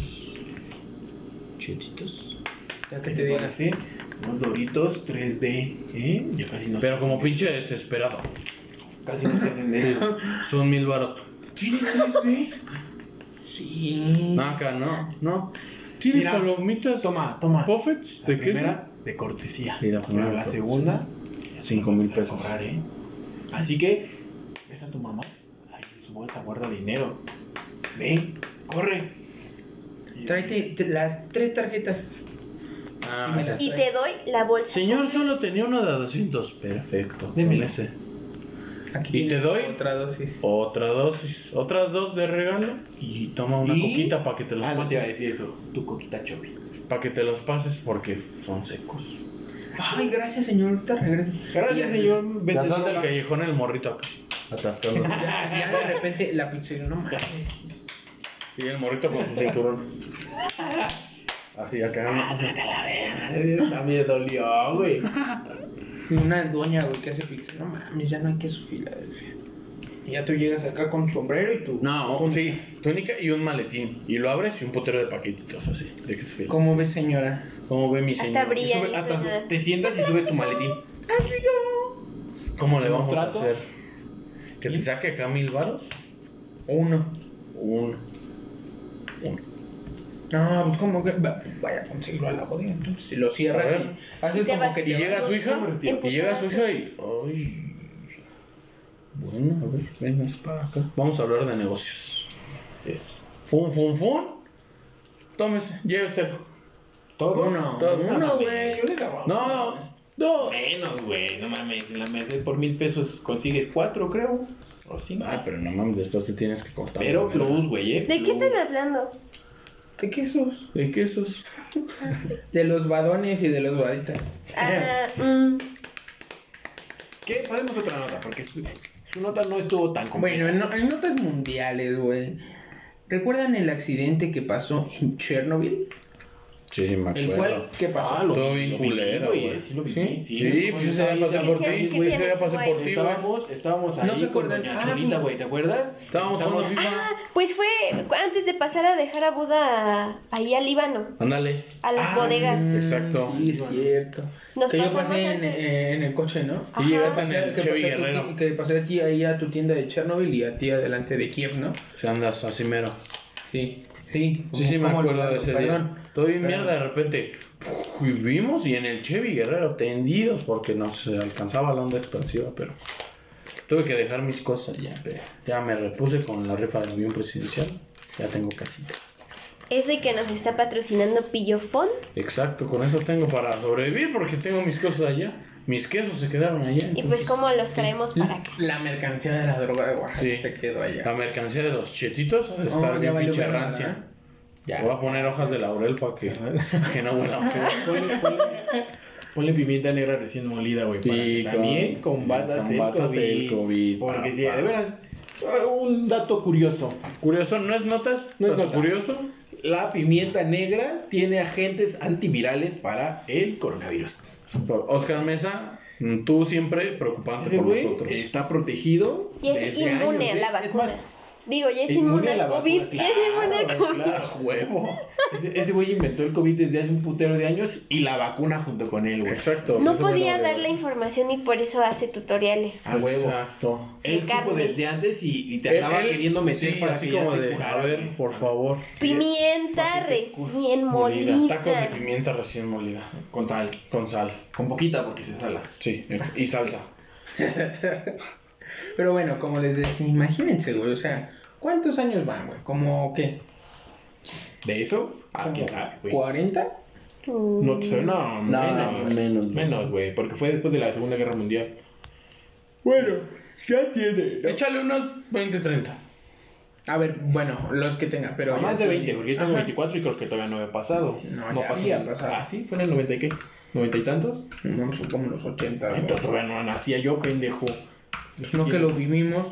Speaker 6: Chetitos.
Speaker 2: Ya que te digas.
Speaker 5: Sí, unos doritos 3D, ¿eh? Ya casi no
Speaker 6: Pero
Speaker 5: se
Speaker 6: como
Speaker 5: hacen de-
Speaker 6: pinche desesperado.
Speaker 5: Casi no se hacen de eso.
Speaker 6: Son mil varos.
Speaker 5: ¿Tiene 3D?
Speaker 2: Sí.
Speaker 6: No, acá no. No. Tiene
Speaker 5: Mira,
Speaker 6: palomitas.
Speaker 5: Toma, toma.
Speaker 6: Puffets
Speaker 5: La
Speaker 6: de queso.
Speaker 5: primera, de cortesía.
Speaker 6: Y la primera
Speaker 5: Pero
Speaker 6: de
Speaker 5: la
Speaker 6: cortesía.
Speaker 5: segunda,
Speaker 6: Cinco mil
Speaker 5: vamos a
Speaker 6: pesos.
Speaker 5: cobrar, ¿eh? Así que, ves a tu mamá. Ahí en su bolsa guarda dinero. Ven, corre.
Speaker 2: Tráete t- las tres tarjetas.
Speaker 6: Ah,
Speaker 2: Y me las
Speaker 3: Y
Speaker 2: traes.
Speaker 3: te doy la bolsa.
Speaker 6: Señor, solo tenía uno de 200. Perfecto.
Speaker 5: Démelo.
Speaker 6: con ese.
Speaker 2: Aquí
Speaker 6: ¿Y
Speaker 2: tienes
Speaker 6: te doy?
Speaker 2: otra dosis.
Speaker 6: Otra dosis. Otras dos de regalo. Y toma una
Speaker 5: ¿Y?
Speaker 6: coquita para que te los
Speaker 5: Ah, no te iba a
Speaker 6: pases.
Speaker 5: decir eso. Tu coquita chopi.
Speaker 6: para que te los pases porque son secos.
Speaker 2: Ay, gracias, señor. Te regreso. Y ya-
Speaker 5: Gracias, señor. Vete,
Speaker 6: Las dos del
Speaker 5: señora.
Speaker 6: callejón, el morrito acá.
Speaker 5: <laughs>
Speaker 6: Atascándose.
Speaker 2: Ya, ya de repente la pizzería, no mames.
Speaker 6: y el morrito con su cinturón. Así acá.
Speaker 5: Pásate a la verga. A mí me dolió, güey.
Speaker 2: Una doña, güey, que hace pizza. No mames, ya no hay queso Filadelfia. Y ya tú llegas acá con sombrero y tú.
Speaker 6: No, un- sí, túnica y un maletín. Y lo abres y un potero de paquetitos así. De que se fila.
Speaker 2: ¿Cómo ves, señora?
Speaker 6: ¿Cómo ve mi señor?
Speaker 3: Hasta brilla
Speaker 5: Sube-
Speaker 3: y
Speaker 5: hasta
Speaker 3: suena.
Speaker 5: te sientas y sube tu maletín.
Speaker 6: ¿Cómo le
Speaker 5: ¿Hacemos
Speaker 6: vamos
Speaker 5: tratos?
Speaker 6: a hacer? ¿Que te saque acá mil varos?
Speaker 2: Uno.
Speaker 6: Uno. Uno.
Speaker 2: No, pues como que va- vaya a conseguirlo a la jodida. Entonces, si lo
Speaker 6: A
Speaker 2: cierras,
Speaker 6: ver.
Speaker 2: y haces
Speaker 3: Y te
Speaker 2: como
Speaker 3: vas.
Speaker 2: que
Speaker 6: Y
Speaker 2: te
Speaker 6: llega
Speaker 2: vas.
Speaker 6: su hija. Y llega su hija y. Ay. Bueno, a ver, vengas para acá. Vamos a hablar de negocios.
Speaker 5: Eso.
Speaker 6: Fun, fun, fun. Tómese, llévese.
Speaker 5: Todo.
Speaker 2: Uno.
Speaker 6: Todo.
Speaker 2: Uno, güey. Yo le daba.
Speaker 6: No, dos.
Speaker 5: Menos, güey. No mames. En la mesa por mil pesos consigues cuatro, creo. O cinco.
Speaker 6: Ah, pero no mames, después te tienes que cortar.
Speaker 5: Pero plus, güey, ¿eh?
Speaker 3: ¿De qué
Speaker 5: plus.
Speaker 3: están hablando?
Speaker 2: ¿De quesos?
Speaker 6: ¿De quesos?
Speaker 2: De los badones y de los baditas.
Speaker 3: Ajá, mm.
Speaker 5: ¿Qué? Podemos otra nota, porque su, su nota no estuvo tan completa.
Speaker 2: Bueno, en, no- en notas mundiales, güey. ¿Recuerdan el accidente que pasó en Chernobyl?
Speaker 6: Sí, sí, me acuerdo.
Speaker 2: El cual, ¿qué pasó?
Speaker 5: Ah, lo,
Speaker 6: Todo
Speaker 5: lo
Speaker 6: bien
Speaker 5: viví,
Speaker 6: culero, güey.
Speaker 5: Sí, lo viví.
Speaker 2: Sí,
Speaker 5: sí,
Speaker 6: Sí, pues ese día pasé por ti,
Speaker 3: ¿Qué
Speaker 6: güey. Ese
Speaker 3: hacían
Speaker 6: día pasé por ti, güey.
Speaker 5: Estábamos, estábamos ahí
Speaker 2: No se
Speaker 5: con
Speaker 2: acuerdan.
Speaker 5: doña
Speaker 2: Ah,
Speaker 5: Chonita,
Speaker 2: pues-
Speaker 5: güey, ¿te acuerdas?
Speaker 6: Estábamos jugando FIFA.
Speaker 3: Pues fue antes de pasar a dejar a Buda a- ahí al Líbano,
Speaker 6: Ándale.
Speaker 3: a las
Speaker 2: Ah,
Speaker 3: bodegas.
Speaker 6: Exacto.
Speaker 2: Sí, es cierto.
Speaker 3: Nos
Speaker 2: que yo
Speaker 3: pasamos
Speaker 2: pasé en,
Speaker 3: antes.
Speaker 2: eh, en el coche, ¿no?
Speaker 3: Ajá.
Speaker 6: llegaste en
Speaker 2: O sea,
Speaker 6: el
Speaker 2: que
Speaker 6: Chevy
Speaker 2: pasé a tu
Speaker 6: Guerrero.
Speaker 2: ti- que pasé a ti ahí a tu tienda de Chernobyl y a ti adelante de Kiev, ¿no?
Speaker 6: Si andas así mero.
Speaker 2: Sí, sí.
Speaker 6: Sí, sí, me
Speaker 2: ¿Cómo
Speaker 6: acuerdo de
Speaker 2: olvidarlo?
Speaker 6: ese
Speaker 2: Perdón.
Speaker 6: día. Todo bien
Speaker 2: Perdón.
Speaker 6: mierda, de repente. puf, Y vimos y en el Chevy Guerrero tendidos porque no se alcanzaba la onda expansiva, pero tuve que dejar mis cosas ya. pero Ya me repuse con la rifa del avión presidencial. Ya tengo casita.
Speaker 3: Eso y que nos está patrocinando Pillofón.
Speaker 6: Exacto, con eso tengo para sobrevivir porque tengo mis cosas allá. Mis quesos se quedaron allá.
Speaker 3: Y
Speaker 6: entonces,
Speaker 3: pues cómo los traemos para acá.
Speaker 2: La mercancía de la droga de Oaxaca
Speaker 6: Sí.
Speaker 2: se quedó allá.
Speaker 6: la mercancía de los chetitos ha de
Speaker 2: No,
Speaker 6: estar
Speaker 2: Oh, ya
Speaker 6: bien
Speaker 2: valió
Speaker 6: pinche
Speaker 2: verga,
Speaker 6: rancia.
Speaker 2: ¿verdad? Ya.
Speaker 6: Voy a poner hojas de laurel
Speaker 2: <laughs>
Speaker 6: para que, que no huelan feo.
Speaker 5: Ponle, ponle- ponle pimienta negra recién molida, güey. Para
Speaker 6: Y
Speaker 5: que también
Speaker 6: con-
Speaker 5: combatas
Speaker 6: sí,
Speaker 5: el,
Speaker 6: combatas
Speaker 5: COVID,
Speaker 6: el COVID, Ah,
Speaker 5: Porque
Speaker 6: papá.
Speaker 5: sí, de veras, un dato curioso.
Speaker 6: Curioso, ¿no es notas?
Speaker 5: No es
Speaker 6: Dato
Speaker 5: nota.
Speaker 6: curioso.
Speaker 5: La pimienta negra tiene agentes antivirales para el coronavirus.
Speaker 6: Oscar Mesa, mm, tú siempre preocupante
Speaker 5: Ese
Speaker 6: por
Speaker 5: güey
Speaker 6: nosotros.
Speaker 5: está protegido.
Speaker 3: Y es
Speaker 5: desde
Speaker 3: inmune
Speaker 5: años,
Speaker 3: a la
Speaker 5: ¿eh? Es
Speaker 3: vacuna.
Speaker 5: más,
Speaker 3: Digo, ya es
Speaker 5: Inmune
Speaker 3: inmune
Speaker 5: a la
Speaker 3: al COVID.
Speaker 5: vacuna,
Speaker 3: ya es inmune al
Speaker 5: claro,
Speaker 3: COVID.
Speaker 5: claro, huevo. Ese ese güey inventó el COVID desde hace un putero de años y la vacuna junto con él, güey.
Speaker 6: Exacto.
Speaker 3: No
Speaker 6: eso fue
Speaker 3: podía
Speaker 6: lo de-
Speaker 3: dar la información y por eso hace tutoriales.
Speaker 5: Ah, huevo.
Speaker 6: Exacto.
Speaker 5: Él
Speaker 3: De
Speaker 5: supo
Speaker 3: carne.
Speaker 5: desde antes y, y te
Speaker 6: Él-
Speaker 5: andaba
Speaker 6: él-
Speaker 5: queriendo meter
Speaker 6: sí,
Speaker 5: para
Speaker 6: así
Speaker 5: que ya
Speaker 6: como
Speaker 5: te
Speaker 6: de,
Speaker 5: curara,
Speaker 6: a ver,
Speaker 5: güey.
Speaker 6: por favor.
Speaker 3: Pimienta
Speaker 5: Porque te cu-
Speaker 3: recién
Speaker 6: Molida. Tacos de
Speaker 3: molida.
Speaker 6: pimienta recién molida.
Speaker 5: Con sal.
Speaker 6: Con sal.
Speaker 5: Con poquita porque se sala.
Speaker 6: Sí. Y salsa.
Speaker 2: Pero bueno, como les decía, imagínense, güey, o sea, ¿cuántos años van, güey? ¿Como qué?
Speaker 5: ¿De eso? Ah,
Speaker 2: Como
Speaker 5: quién sabe, güey.
Speaker 2: ¿40?
Speaker 3: Mm.
Speaker 5: No te suena.
Speaker 2: No, menos,
Speaker 5: menos.
Speaker 2: güey.
Speaker 5: Menos, güey. Porque fue después de la Segunda Guerra Mundial.
Speaker 2: Bueno.
Speaker 5: Ya tiene.
Speaker 6: Échale unos 20, 30.
Speaker 2: A ver, bueno, los que tenga, pero...
Speaker 5: más de
Speaker 2: yo-
Speaker 5: 20, porque yo tengo
Speaker 2: Ajá.
Speaker 5: 24 y creo que todavía no había pasado.
Speaker 2: No, ya había pasado.
Speaker 5: Ah, sí, fue en el 90 y qué. ¿90 y tantos?
Speaker 2: No, son como los 80, güey.
Speaker 5: Entonces todavía no nacía yo, pendejo.
Speaker 2: No que lo vivimos.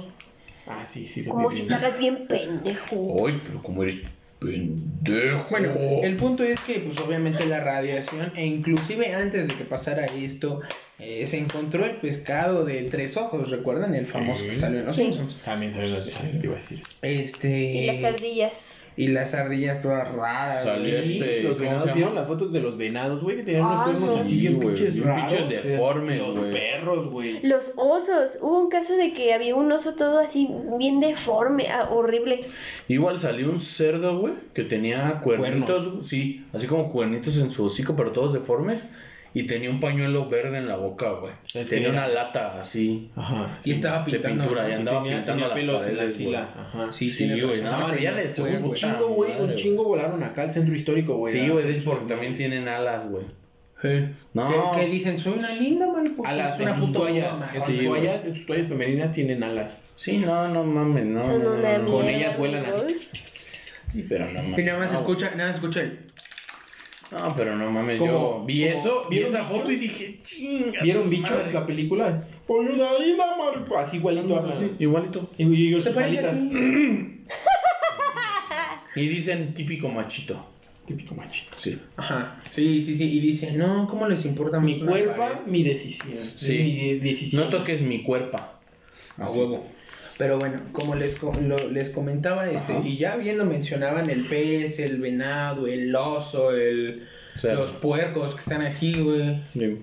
Speaker 5: Ah, sí, sí. lo
Speaker 3: Como
Speaker 5: vi.
Speaker 3: si estabas bien pendejo.
Speaker 6: Ay, pero como eres pendejo.
Speaker 2: Bueno,
Speaker 5: Oh.
Speaker 2: el punto es que, pues obviamente la radiación, e inclusive antes de que pasara esto, eh, se encontró el pescado de tres ojos, ¿recuerdan? El famoso
Speaker 5: Sí.
Speaker 2: que salió en los
Speaker 3: Sí.
Speaker 2: Simpsons.
Speaker 5: También salió la ah, eso te iba a decir.
Speaker 2: Este...
Speaker 3: Y las ardillas.
Speaker 2: y las ardillas todas raras.
Speaker 6: Salió
Speaker 2: güey.
Speaker 6: este,
Speaker 5: los
Speaker 6: ¿cómo
Speaker 5: venados,
Speaker 6: se llama?
Speaker 5: ¿Vieron las fotos de los venados, güey? Que tenían
Speaker 3: Ah,
Speaker 5: unos
Speaker 3: no.
Speaker 6: Sí,
Speaker 5: mochillos,
Speaker 6: güey,
Speaker 5: pinches
Speaker 6: bien
Speaker 5: raros.
Speaker 6: pinches deformes,
Speaker 5: Los
Speaker 6: güey.
Speaker 5: perros, güey.
Speaker 3: Los osos. Hubo un caso de que había un oso todo así bien deforme, ah, horrible.
Speaker 6: Igual salió un cerdo, güey, que tenía cuernitos, sí, así como cuernitos en su hocico, pero todos deformes. Y tenía un pañuelo verde en la boca, güey.
Speaker 5: Es que
Speaker 6: Tenía
Speaker 5: era-
Speaker 6: una lata así.
Speaker 5: Ajá.
Speaker 2: Y estaba
Speaker 6: de
Speaker 2: pintando.
Speaker 6: pintura, ya este andaba
Speaker 5: tenía,
Speaker 6: pintando
Speaker 5: tenía
Speaker 6: las
Speaker 5: pelos en la
Speaker 6: paredes,
Speaker 5: axila.
Speaker 6: güey.
Speaker 5: Ajá.
Speaker 2: Sí,
Speaker 6: Sí,
Speaker 2: tiene
Speaker 6: güey,
Speaker 2: razón.
Speaker 6: nada más
Speaker 2: Se
Speaker 6: ya
Speaker 2: me
Speaker 6: le
Speaker 2: fue,
Speaker 6: sube
Speaker 2: güey.
Speaker 5: Un
Speaker 6: Puta
Speaker 5: chingo, güey.
Speaker 6: madre,
Speaker 5: Un chingo volaron acá al centro histórico, güey.
Speaker 6: Sí,
Speaker 5: a-
Speaker 6: güey, es porque también tienen alas, güey.
Speaker 2: Eh,
Speaker 6: No.
Speaker 2: Que, que dicen, soy una linda mariposa.
Speaker 5: A las
Speaker 2: soy una
Speaker 5: en sus
Speaker 2: puta
Speaker 5: toallas.
Speaker 2: bomba".
Speaker 5: En
Speaker 6: Sí,
Speaker 5: sus
Speaker 6: güey.
Speaker 5: toallas, en sus toallas femeninas tienen alas.
Speaker 6: Sí, no, no mames, no.
Speaker 3: Son
Speaker 6: no, no,
Speaker 3: una
Speaker 6: no.
Speaker 5: Con
Speaker 3: mierda,
Speaker 5: ellas vuelan así.
Speaker 3: amigos.
Speaker 6: Sí, pero no mames.
Speaker 2: Y nada más
Speaker 6: no,
Speaker 2: escucha, nada más escucha el.
Speaker 6: güey. No, pero no mames,
Speaker 5: ¿Cómo?
Speaker 6: yo vi
Speaker 5: ¿Cómo?
Speaker 6: eso, vi
Speaker 5: ¿Vieron
Speaker 6: esa
Speaker 5: bichos?
Speaker 6: foto y dije, chinga.
Speaker 5: ¿Vieron
Speaker 6: tu
Speaker 5: bicho
Speaker 6: madre".
Speaker 5: la película? Soy una linda, marico. Así igualito hablan.
Speaker 6: Sí, igualito.
Speaker 5: Y- Y y-
Speaker 2: ¿Te
Speaker 5: sus
Speaker 2: parece a
Speaker 5: alitas.
Speaker 2: ti?
Speaker 6: Y dicen típico machito.
Speaker 5: Típico machito.
Speaker 6: Sí.
Speaker 2: Ajá, sí, sí, sí. Y dice, no, ¿cómo les importa
Speaker 5: Mi
Speaker 2: más una
Speaker 5: cuerpo,
Speaker 2: pared?"
Speaker 5: mi decisión.
Speaker 6: Sí.
Speaker 5: Mi de- decisión.
Speaker 6: No toques mi cuerpo.
Speaker 2: A huevo. Pero bueno, como les, co- lo- les comentaba, este, y ya bien lo mencionaban, el pez, el venado, el oso, el,
Speaker 6: Cerdo.
Speaker 2: los puercos que están aquí, güey.
Speaker 6: Sí.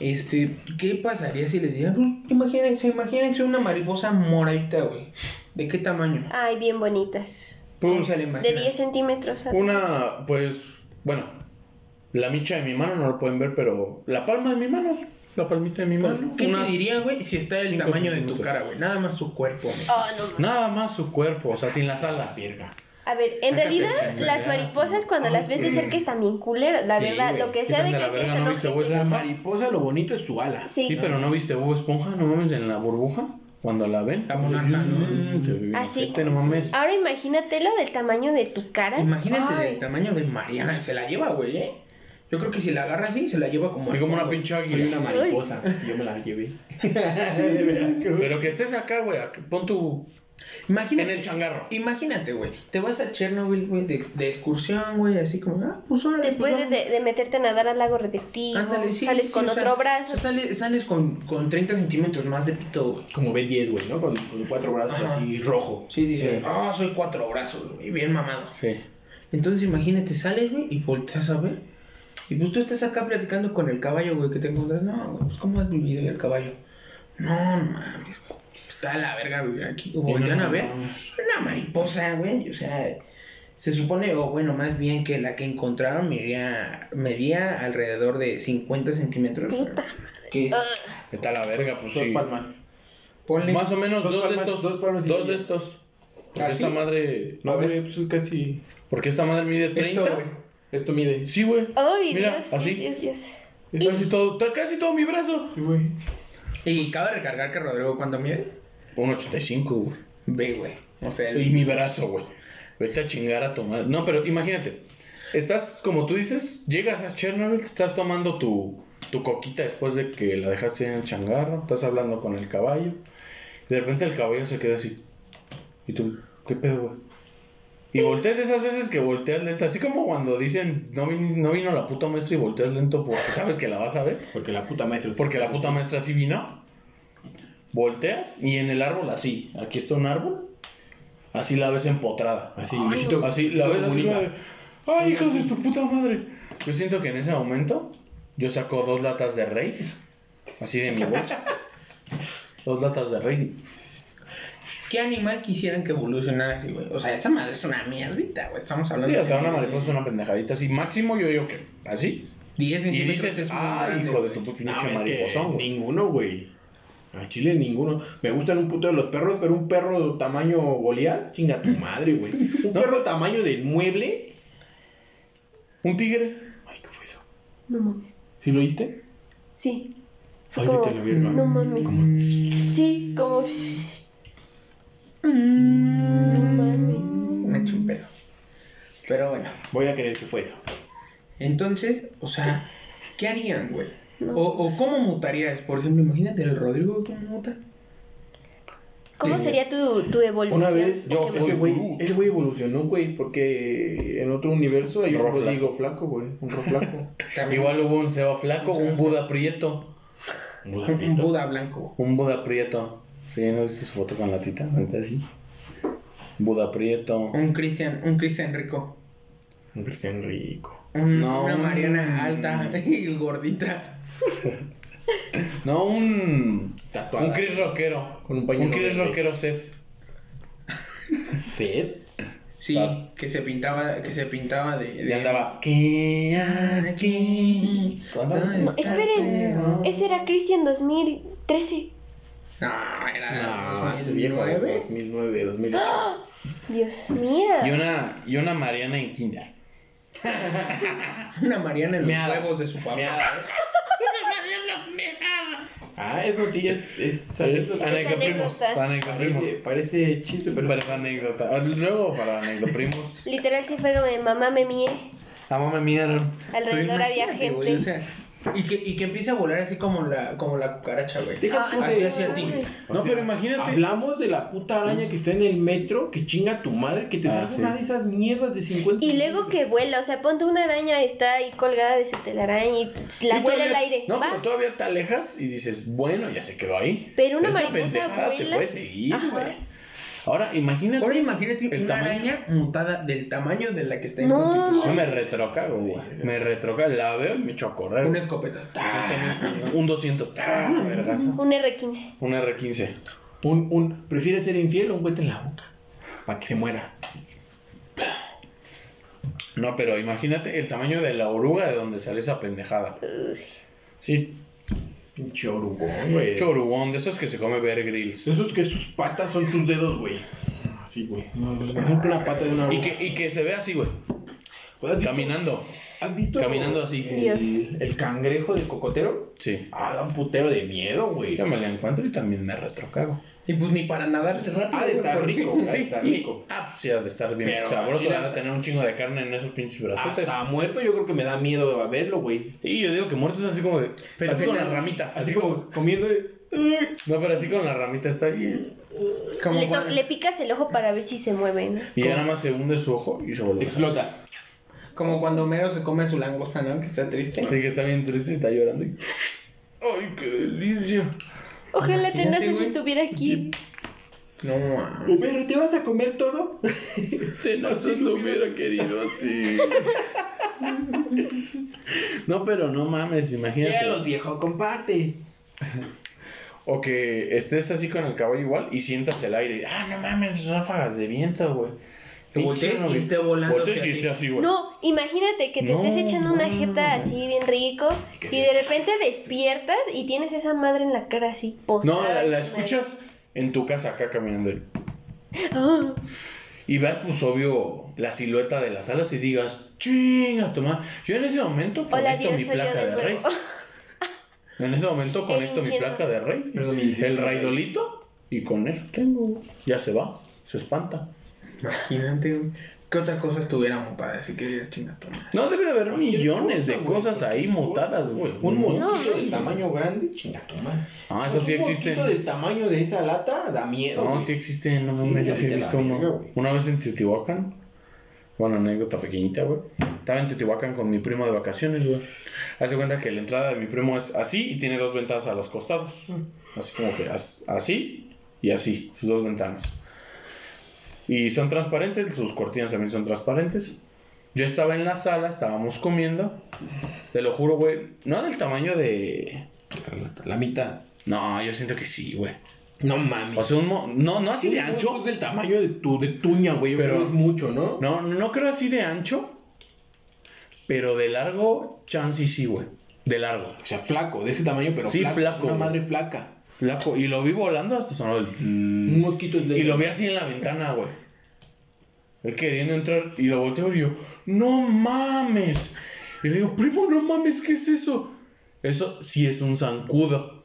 Speaker 2: Este, ¿qué pasaría si les diera? Imagínense, imagínense una mariposa moradita, güey. ¿De qué tamaño?
Speaker 3: Ay, bien bonitas.
Speaker 2: ¿Cómo se la
Speaker 3: De
Speaker 2: imaginan?
Speaker 3: 10 centímetros. a-
Speaker 6: Una, pues, bueno, la micha de mi mano no lo pueden ver, pero la palma de mi mano, la palmita de mi mano.
Speaker 2: ¿Qué
Speaker 6: unas-
Speaker 2: te diría, güey, si está el
Speaker 6: cinco
Speaker 2: tamaño de tu
Speaker 6: centímetros.
Speaker 2: cara, güey? Nada más su cuerpo, güey.
Speaker 3: Oh, no mames.
Speaker 6: Nada más su cuerpo, o sea, sin las
Speaker 5: La
Speaker 6: alas.
Speaker 5: verga.
Speaker 3: A ver, en
Speaker 6: Sácate
Speaker 3: realidad
Speaker 6: chingadera.
Speaker 3: las mariposas cuando las ves de cerca están bien culeras, la
Speaker 5: Sí,
Speaker 3: verdad,
Speaker 5: güey,
Speaker 3: lo que
Speaker 6: que
Speaker 3: sea
Speaker 6: son
Speaker 3: de
Speaker 6: de
Speaker 3: que
Speaker 6: la verga,
Speaker 3: tienen
Speaker 6: ¿no
Speaker 3: los
Speaker 6: viste,
Speaker 3: dientes,
Speaker 6: güey?
Speaker 5: Pues La mariposa, lo bonito es su ala.
Speaker 6: Sí,
Speaker 3: Sí,
Speaker 6: pero no viste Bob Esponja, no mames, en la burbuja, cuando la ven.
Speaker 3: Ah,
Speaker 2: La monarca, ¿no?
Speaker 6: Mm, se ve bien
Speaker 3: Así.
Speaker 6: ojete, no mames.
Speaker 3: Ahora imagínatela del tamaño de tu cara.
Speaker 2: Imagínate
Speaker 3: Ay,
Speaker 2: del tamaño de Mariana, se la lleva, güey, ¿eh? Yo creo que si la agarra así, se la lleva como...
Speaker 6: Y como una pinche
Speaker 5: Soy una
Speaker 6: águila.
Speaker 5: mariposa. Yo me la llevé. <laughs> De Veracruz.
Speaker 6: Pero que estés acá, güey, aquí- pon tu...
Speaker 2: Imagínate,
Speaker 6: En el changarro.
Speaker 2: Imagínate, güey. Te vas a Chernobyl, güey, de, de excursión, güey, así como, ah, pues ahora.
Speaker 3: Después de, de- de meterte a nadar al lago radioactivo, sales con otro brazo.
Speaker 2: sales, sales con, con 30 centímetros más de pito, güey.
Speaker 5: Como B10, güey, ¿no? Con, con cuatro brazos
Speaker 2: Ajá.
Speaker 5: así rojo.
Speaker 2: Sí, dices, ah, soy cuatro brazos, güey, bien mamado.
Speaker 6: Eh. Sí.
Speaker 2: Entonces imagínate, sales, güey, y volteas a ver. Y pues tú estás acá platicando con el caballo, güey, que te encuentras. No, güey, pues ¿cómo has vivido en el caballo? No, no mames, güey. Está a la verga vivir aquí. O
Speaker 6: Y no,
Speaker 2: Voltean a
Speaker 6: no,
Speaker 2: ver.
Speaker 6: no.
Speaker 2: Una mariposa, güey. O sea, se supone, o bueno, más bien que la que encontraron medía, medía alrededor de 50 centímetros.
Speaker 3: Puta
Speaker 2: Que es,
Speaker 3: Ah,
Speaker 6: ¿Qué tal la verga? Pues
Speaker 5: Dos
Speaker 6: sí.
Speaker 5: palmas.
Speaker 2: ponle.
Speaker 6: Más o menos
Speaker 5: Dos
Speaker 6: dos, de
Speaker 5: palmas-
Speaker 6: estos.
Speaker 5: dos
Speaker 6: Dos,
Speaker 5: palmas y media.
Speaker 6: de estos. Porque
Speaker 2: ¿Ah,
Speaker 6: esta
Speaker 2: sí?
Speaker 6: madre.
Speaker 5: No,
Speaker 2: A ver.
Speaker 5: güey, pues es casi.
Speaker 6: Porque esta madre mide 30.
Speaker 2: esto, güey.
Speaker 5: Esto mide.
Speaker 6: sí, güey.
Speaker 3: Ay,
Speaker 6: Mira,
Speaker 3: Dios,
Speaker 6: así.
Speaker 3: Dios, Dios, Dios.
Speaker 6: Es Casi todo, ta- casi todo mi brazo.
Speaker 5: Sí, güey.
Speaker 2: Y cabe recargar que Rodrigo, ¿cuánto mides?
Speaker 6: 1.85, güey.
Speaker 2: Ve, güey. O sea,
Speaker 6: Y mi brazo, güey. Vete a chingar a tomar. No, pero imagínate. Estás, como tú dices, llegas a Chernobyl, estás tomando tu, tu coquita después de que la dejaste en el changarro, estás hablando con el caballo. Y de repente el caballo se queda así. Y tú, ¿qué pedo, güey? Y volteas de esas veces que volteas lento, así como cuando dicen, no, vin- no vino la puta maestra y volteas lento porque sabes que la vas a ver.
Speaker 5: Porque la puta maestra.
Speaker 6: Porque la puta maestra sí vino. Volteas y en el árbol así. Aquí está un árbol. Así la ves empotrada.
Speaker 5: Así,
Speaker 6: Ay,
Speaker 5: Luisito-
Speaker 6: así la ves
Speaker 5: Luisito
Speaker 6: así
Speaker 5: comunica.
Speaker 6: como de, ¡Ay, hijo de tu puta madre! Yo siento que en ese momento yo saco dos latas de rey, así de mi <laughs> bolsa. Dos latas de rey.
Speaker 2: ¿Qué animal quisieran que evolucionara así, güey? O sea, esa madre es una mierdita, güey. Estamos hablando
Speaker 6: Sí, o sea,
Speaker 2: de-
Speaker 6: una mariposa es una pendejadita así. Máximo yo digo que así.
Speaker 2: 10
Speaker 6: Y
Speaker 2: centímetros
Speaker 6: dices,
Speaker 2: es muy
Speaker 6: ¡ah,
Speaker 2: grande,
Speaker 6: hijo de
Speaker 2: güey".
Speaker 6: tu pinche
Speaker 5: No, es que
Speaker 6: mariposón! güey".
Speaker 5: ninguno, güey. A Chile ninguno. Me gustan un puto de los perros, pero un perro tamaño Goliat, chinga tu madre, güey. Un
Speaker 6: <laughs> No.
Speaker 5: perro tamaño del mueble.
Speaker 6: Un tigre.
Speaker 5: Ay, ¿qué fue eso?
Speaker 3: No mames.
Speaker 5: ¿Sí lo oíste?
Speaker 3: Sí. Fue
Speaker 5: Ay,
Speaker 3: como-
Speaker 5: vete a la verga.
Speaker 3: No mames.
Speaker 5: Como-
Speaker 3: Sí, como. No mames.
Speaker 2: Mm, Me echo un pedo. Pero bueno.
Speaker 5: Voy a creer que fue eso.
Speaker 2: Entonces, o sea, ¿qué harían, güey?
Speaker 3: No.
Speaker 2: O, o cómo mutarías? Por ejemplo, imagínate el Rodrigo cómo muta.
Speaker 3: ¿Cómo
Speaker 2: Sí.
Speaker 3: sería tu, tu evolución?
Speaker 5: Una vez,
Speaker 6: Eh, Yo
Speaker 3: Pokémon?
Speaker 5: ese
Speaker 6: fui-
Speaker 5: güey ese güey evolucionó, güey, porque en otro universo hay un
Speaker 6: Ro flaco.
Speaker 5: Rodrigo flaco, güey. Un ro <laughs> flaco.
Speaker 2: También
Speaker 6: Igual hubo un Seba flaco,
Speaker 2: Un Seba
Speaker 6: un Buda prieto.
Speaker 2: un, un Buda blanco.
Speaker 6: Un Buda prieto. Sí, ¿no viste su foto con la tita? Ahorita sí. Buda prieto.
Speaker 2: Un Cristian, un Cristian rico.
Speaker 5: Un cristiano rico.
Speaker 2: Un-
Speaker 6: No,
Speaker 2: una
Speaker 6: un-
Speaker 2: Mariana alta <laughs> y gordita.
Speaker 6: No, un.
Speaker 5: Tatuada.
Speaker 6: Un Chris Rockero.
Speaker 5: Con un pañuelo
Speaker 6: un Chris
Speaker 5: verde.
Speaker 6: Rockero Seth.
Speaker 5: Sed.
Speaker 2: Sí,
Speaker 6: Sad.
Speaker 2: que se pintaba, que se pintaba de, de
Speaker 6: Y andaba. ¿Qué aquí?
Speaker 3: pues, No, esperen, ese era Christian 2013.
Speaker 2: No, era
Speaker 5: No, este viejo de
Speaker 2: 2009.
Speaker 5: 2009, 2008.
Speaker 3: ¡Ah! Dios mío.
Speaker 6: Y una, y una Mariana en Kinder.
Speaker 2: Una Mariana en los
Speaker 5: Meada.
Speaker 2: huevos de su papá.
Speaker 5: Meada, ¿eh? Ah, es noticia, es, es,
Speaker 6: Es
Speaker 5: anécdota.
Speaker 3: anécdota.
Speaker 6: anecdoprimos. Anecdoprimos.
Speaker 5: Parece, parece chiste, pero
Speaker 6: Para anécdota. Luego para
Speaker 5: <laughs>
Speaker 6: anecdoprimos.
Speaker 3: Literal sí fue como de mamá me mié.
Speaker 6: La mamá me miraron.
Speaker 2: Pero
Speaker 3: Alrededor había
Speaker 2: imagínate,
Speaker 3: gente.
Speaker 2: güey, o sea, y que, y que empiece a volar así como la, como la cucaracha, güey.
Speaker 5: Deja tú
Speaker 2: así
Speaker 5: de-
Speaker 2: hacia ti.
Speaker 5: O
Speaker 6: No,
Speaker 5: sea,
Speaker 6: pero imagínate.
Speaker 5: Hablamos de la puta araña que está en el metro, que chinga tu madre, que te
Speaker 6: Ah,
Speaker 5: salga
Speaker 6: sí.
Speaker 5: una de esas mierdas de 50.
Speaker 3: y luego que vuela, o sea, ponte una araña, está ahí colgada de su telaraña y la vuela
Speaker 6: Y todavía-
Speaker 3: el aire.
Speaker 6: No,
Speaker 3: va.
Speaker 6: pero todavía te alejas y dices, bueno, ya se quedó ahí.
Speaker 3: Pero una
Speaker 6: Esta
Speaker 3: mariposa
Speaker 6: pendejada te
Speaker 3: vuela.
Speaker 6: puede seguir,
Speaker 3: Ajá.
Speaker 6: güey. Ahora, imagínate.
Speaker 2: Ahora imagínate
Speaker 6: El
Speaker 2: una
Speaker 6: tamaño.
Speaker 2: araña mutada del tamaño de la que está en
Speaker 3: No.
Speaker 6: No,
Speaker 2: Constitución.
Speaker 6: me retroca, güey. Me retroca, la veo y me echo a correr.
Speaker 2: Una
Speaker 6: güey.
Speaker 2: escopeta.
Speaker 6: Un 200. ta, vergazo.
Speaker 3: Un R15.
Speaker 6: Un R15.
Speaker 5: Un, un, ¿Prefieres ser infiel o un cuento en la boca? Para que se muera.
Speaker 6: No, pero imagínate el tamaño de la oruga de donde sale esa pendejada.
Speaker 3: Uy.
Speaker 6: Sí,
Speaker 5: Pinche orugón, güey.
Speaker 6: chorugón, de esos que se come Bear Grylls.
Speaker 5: Esos que sus patas son tus dedos, güey. Así, güey. No, pues, imagínate una pata de una
Speaker 6: Y
Speaker 5: oruga.
Speaker 6: que, y que se ve así, güey,
Speaker 5: Pues, ¿has visto-
Speaker 6: caminando.
Speaker 5: ¿Has visto?
Speaker 6: caminando así.
Speaker 5: El, el cangrejo de cocotero.
Speaker 6: Sí.
Speaker 5: Ah, da un putero de miedo, güey.
Speaker 6: Yo me la encuentro y también me retrocago.
Speaker 2: Y pues ni para nadar rápido.
Speaker 5: Ha de estar
Speaker 2: güey,
Speaker 5: rico,
Speaker 2: porque-
Speaker 5: ha de estar
Speaker 6: Y-
Speaker 5: rico.
Speaker 6: ah, pues sí, ha de estar bien
Speaker 5: Pero,
Speaker 6: sabroso,
Speaker 5: machín,
Speaker 6: ha de
Speaker 5: hasta-
Speaker 6: tener un chingo de carne en esos pinches brazotes.
Speaker 5: Hasta muerto yo creo que me da miedo a verlo, güey.
Speaker 6: Y yo digo que muerto es así como de. Pero así
Speaker 2: así
Speaker 6: con la
Speaker 2: como-
Speaker 6: ramita.
Speaker 5: Así como comiendo eh, de... "Ay".
Speaker 6: No, pero así con la ramita está ahí.
Speaker 2: Como
Speaker 3: Le, to-
Speaker 2: cuando,
Speaker 3: le picas el ojo para ver si se mueve, ¿no?
Speaker 6: Y ya nada más se hunde su ojo y se vuelve. a-
Speaker 5: Explota.
Speaker 2: como cuando Homero se come su langosta, ¿no? Que está triste.
Speaker 6: Así que está bien triste y está llorando. y- ¡Ay, qué delicia!
Speaker 3: Ojalá
Speaker 2: Imagínate,
Speaker 3: Tenazas
Speaker 2: güey.
Speaker 3: estuviera aquí.
Speaker 2: No, ma.
Speaker 5: Homero, ¿te vas a comer todo?
Speaker 6: Tenazas lo hubiera querido así. No, pero no mames, imagínate.
Speaker 5: Cielos, viejo, comparte.
Speaker 6: O que estés así con el caballo igual y sientas el aire. Ah, no mames, ráfagas de viento, güey.
Speaker 2: Que voltees
Speaker 6: Pinche
Speaker 2: y esté volando
Speaker 6: Voltees
Speaker 2: hacia
Speaker 6: y
Speaker 2: ti.
Speaker 6: esté así, güey.
Speaker 3: No, imagínate que te
Speaker 6: No,
Speaker 3: estés echando una
Speaker 6: no,
Speaker 3: jeta
Speaker 6: no.
Speaker 3: así bien rico y de repente despiertas y tienes esa madre en la cara así
Speaker 6: No,
Speaker 3: postrada.
Speaker 6: la, la
Speaker 3: madre.
Speaker 6: escuchas en tu casa acá caminando.
Speaker 3: Ah,
Speaker 6: Y veas, pues obvio, la silueta de las alas y digas, chingas, toma. Yo en ese momento
Speaker 3: Hola
Speaker 6: conecto
Speaker 3: Dios,
Speaker 6: mi
Speaker 3: soy yo
Speaker 6: placa
Speaker 3: de
Speaker 6: de rey.
Speaker 3: nuevo.
Speaker 6: En ese momento conecto mi
Speaker 3: incienso.
Speaker 6: placa de rey.
Speaker 5: Perdón, mi
Speaker 6: el
Speaker 5: incienso.
Speaker 6: raidolito. Y con eso tengo. güey. Ya se va. Se espanta.
Speaker 2: Imagínate, güey. ¿Qué otra cosa estuviera mutada? Así que digas, chinga, <laughs> toma.
Speaker 6: No, debe de haber
Speaker 5: Cualquier
Speaker 6: millones
Speaker 5: cosa,
Speaker 6: de
Speaker 5: güey,
Speaker 6: cosas ahí
Speaker 5: cualquier
Speaker 6: mutadas, güey.
Speaker 5: Un mosquito
Speaker 3: No,
Speaker 5: de
Speaker 3: sí.
Speaker 5: tamaño grande, chinga tu madre.
Speaker 6: Ah, eso
Speaker 5: Pues
Speaker 6: sí
Speaker 5: un
Speaker 6: existe.
Speaker 5: mosquito del tamaño de esa lata da miedo.
Speaker 6: No,
Speaker 5: güey.
Speaker 6: sí existen, no
Speaker 5: Sí,
Speaker 6: mames, yo sí he
Speaker 5: vete a la
Speaker 6: visto uno.
Speaker 5: verga, güey.
Speaker 6: Una vez en Teotihuacán, bueno, anécdota pequeñita, güey. Estaba en Teotihuacán con mi primo de vacaciones, güey. Hace cuenta que la entrada de mi primo es así y tiene dos ventanas a los
Speaker 5: Mm.
Speaker 6: costados. Así como que as- así y así, sus dos ventanas. Y son transparentes, sus cortinas también son transparentes. Yo estaba en la sala, estábamos comiendo. Te lo juro, güey. No del tamaño de.
Speaker 5: La mitad.
Speaker 6: No, yo siento que sí, güey.
Speaker 5: No mames.
Speaker 6: O sea, un mo- no, no así de
Speaker 5: Tú
Speaker 6: ancho.
Speaker 5: es del tamaño de tu de tuña, güey. Yo
Speaker 6: Pero-
Speaker 5: creo que es mucho, ¿no?
Speaker 6: No, no creo así de ancho. Pero de largo, chance y sí, güey. De largo.
Speaker 5: O sea, flaco, de ese tamaño, pero
Speaker 6: Sí, flaco,
Speaker 5: Una
Speaker 6: güey.
Speaker 5: madre flaca.
Speaker 6: Flaco. Y lo vi volando hasta sonó el.
Speaker 5: Un mosquito es
Speaker 6: Y lo vi así en la ventana, güey. Él queriendo entrar y lo volteo y yo, no mames. Y le digo, primo, no mames, ¿qué es eso? Eso sí es un zancudo.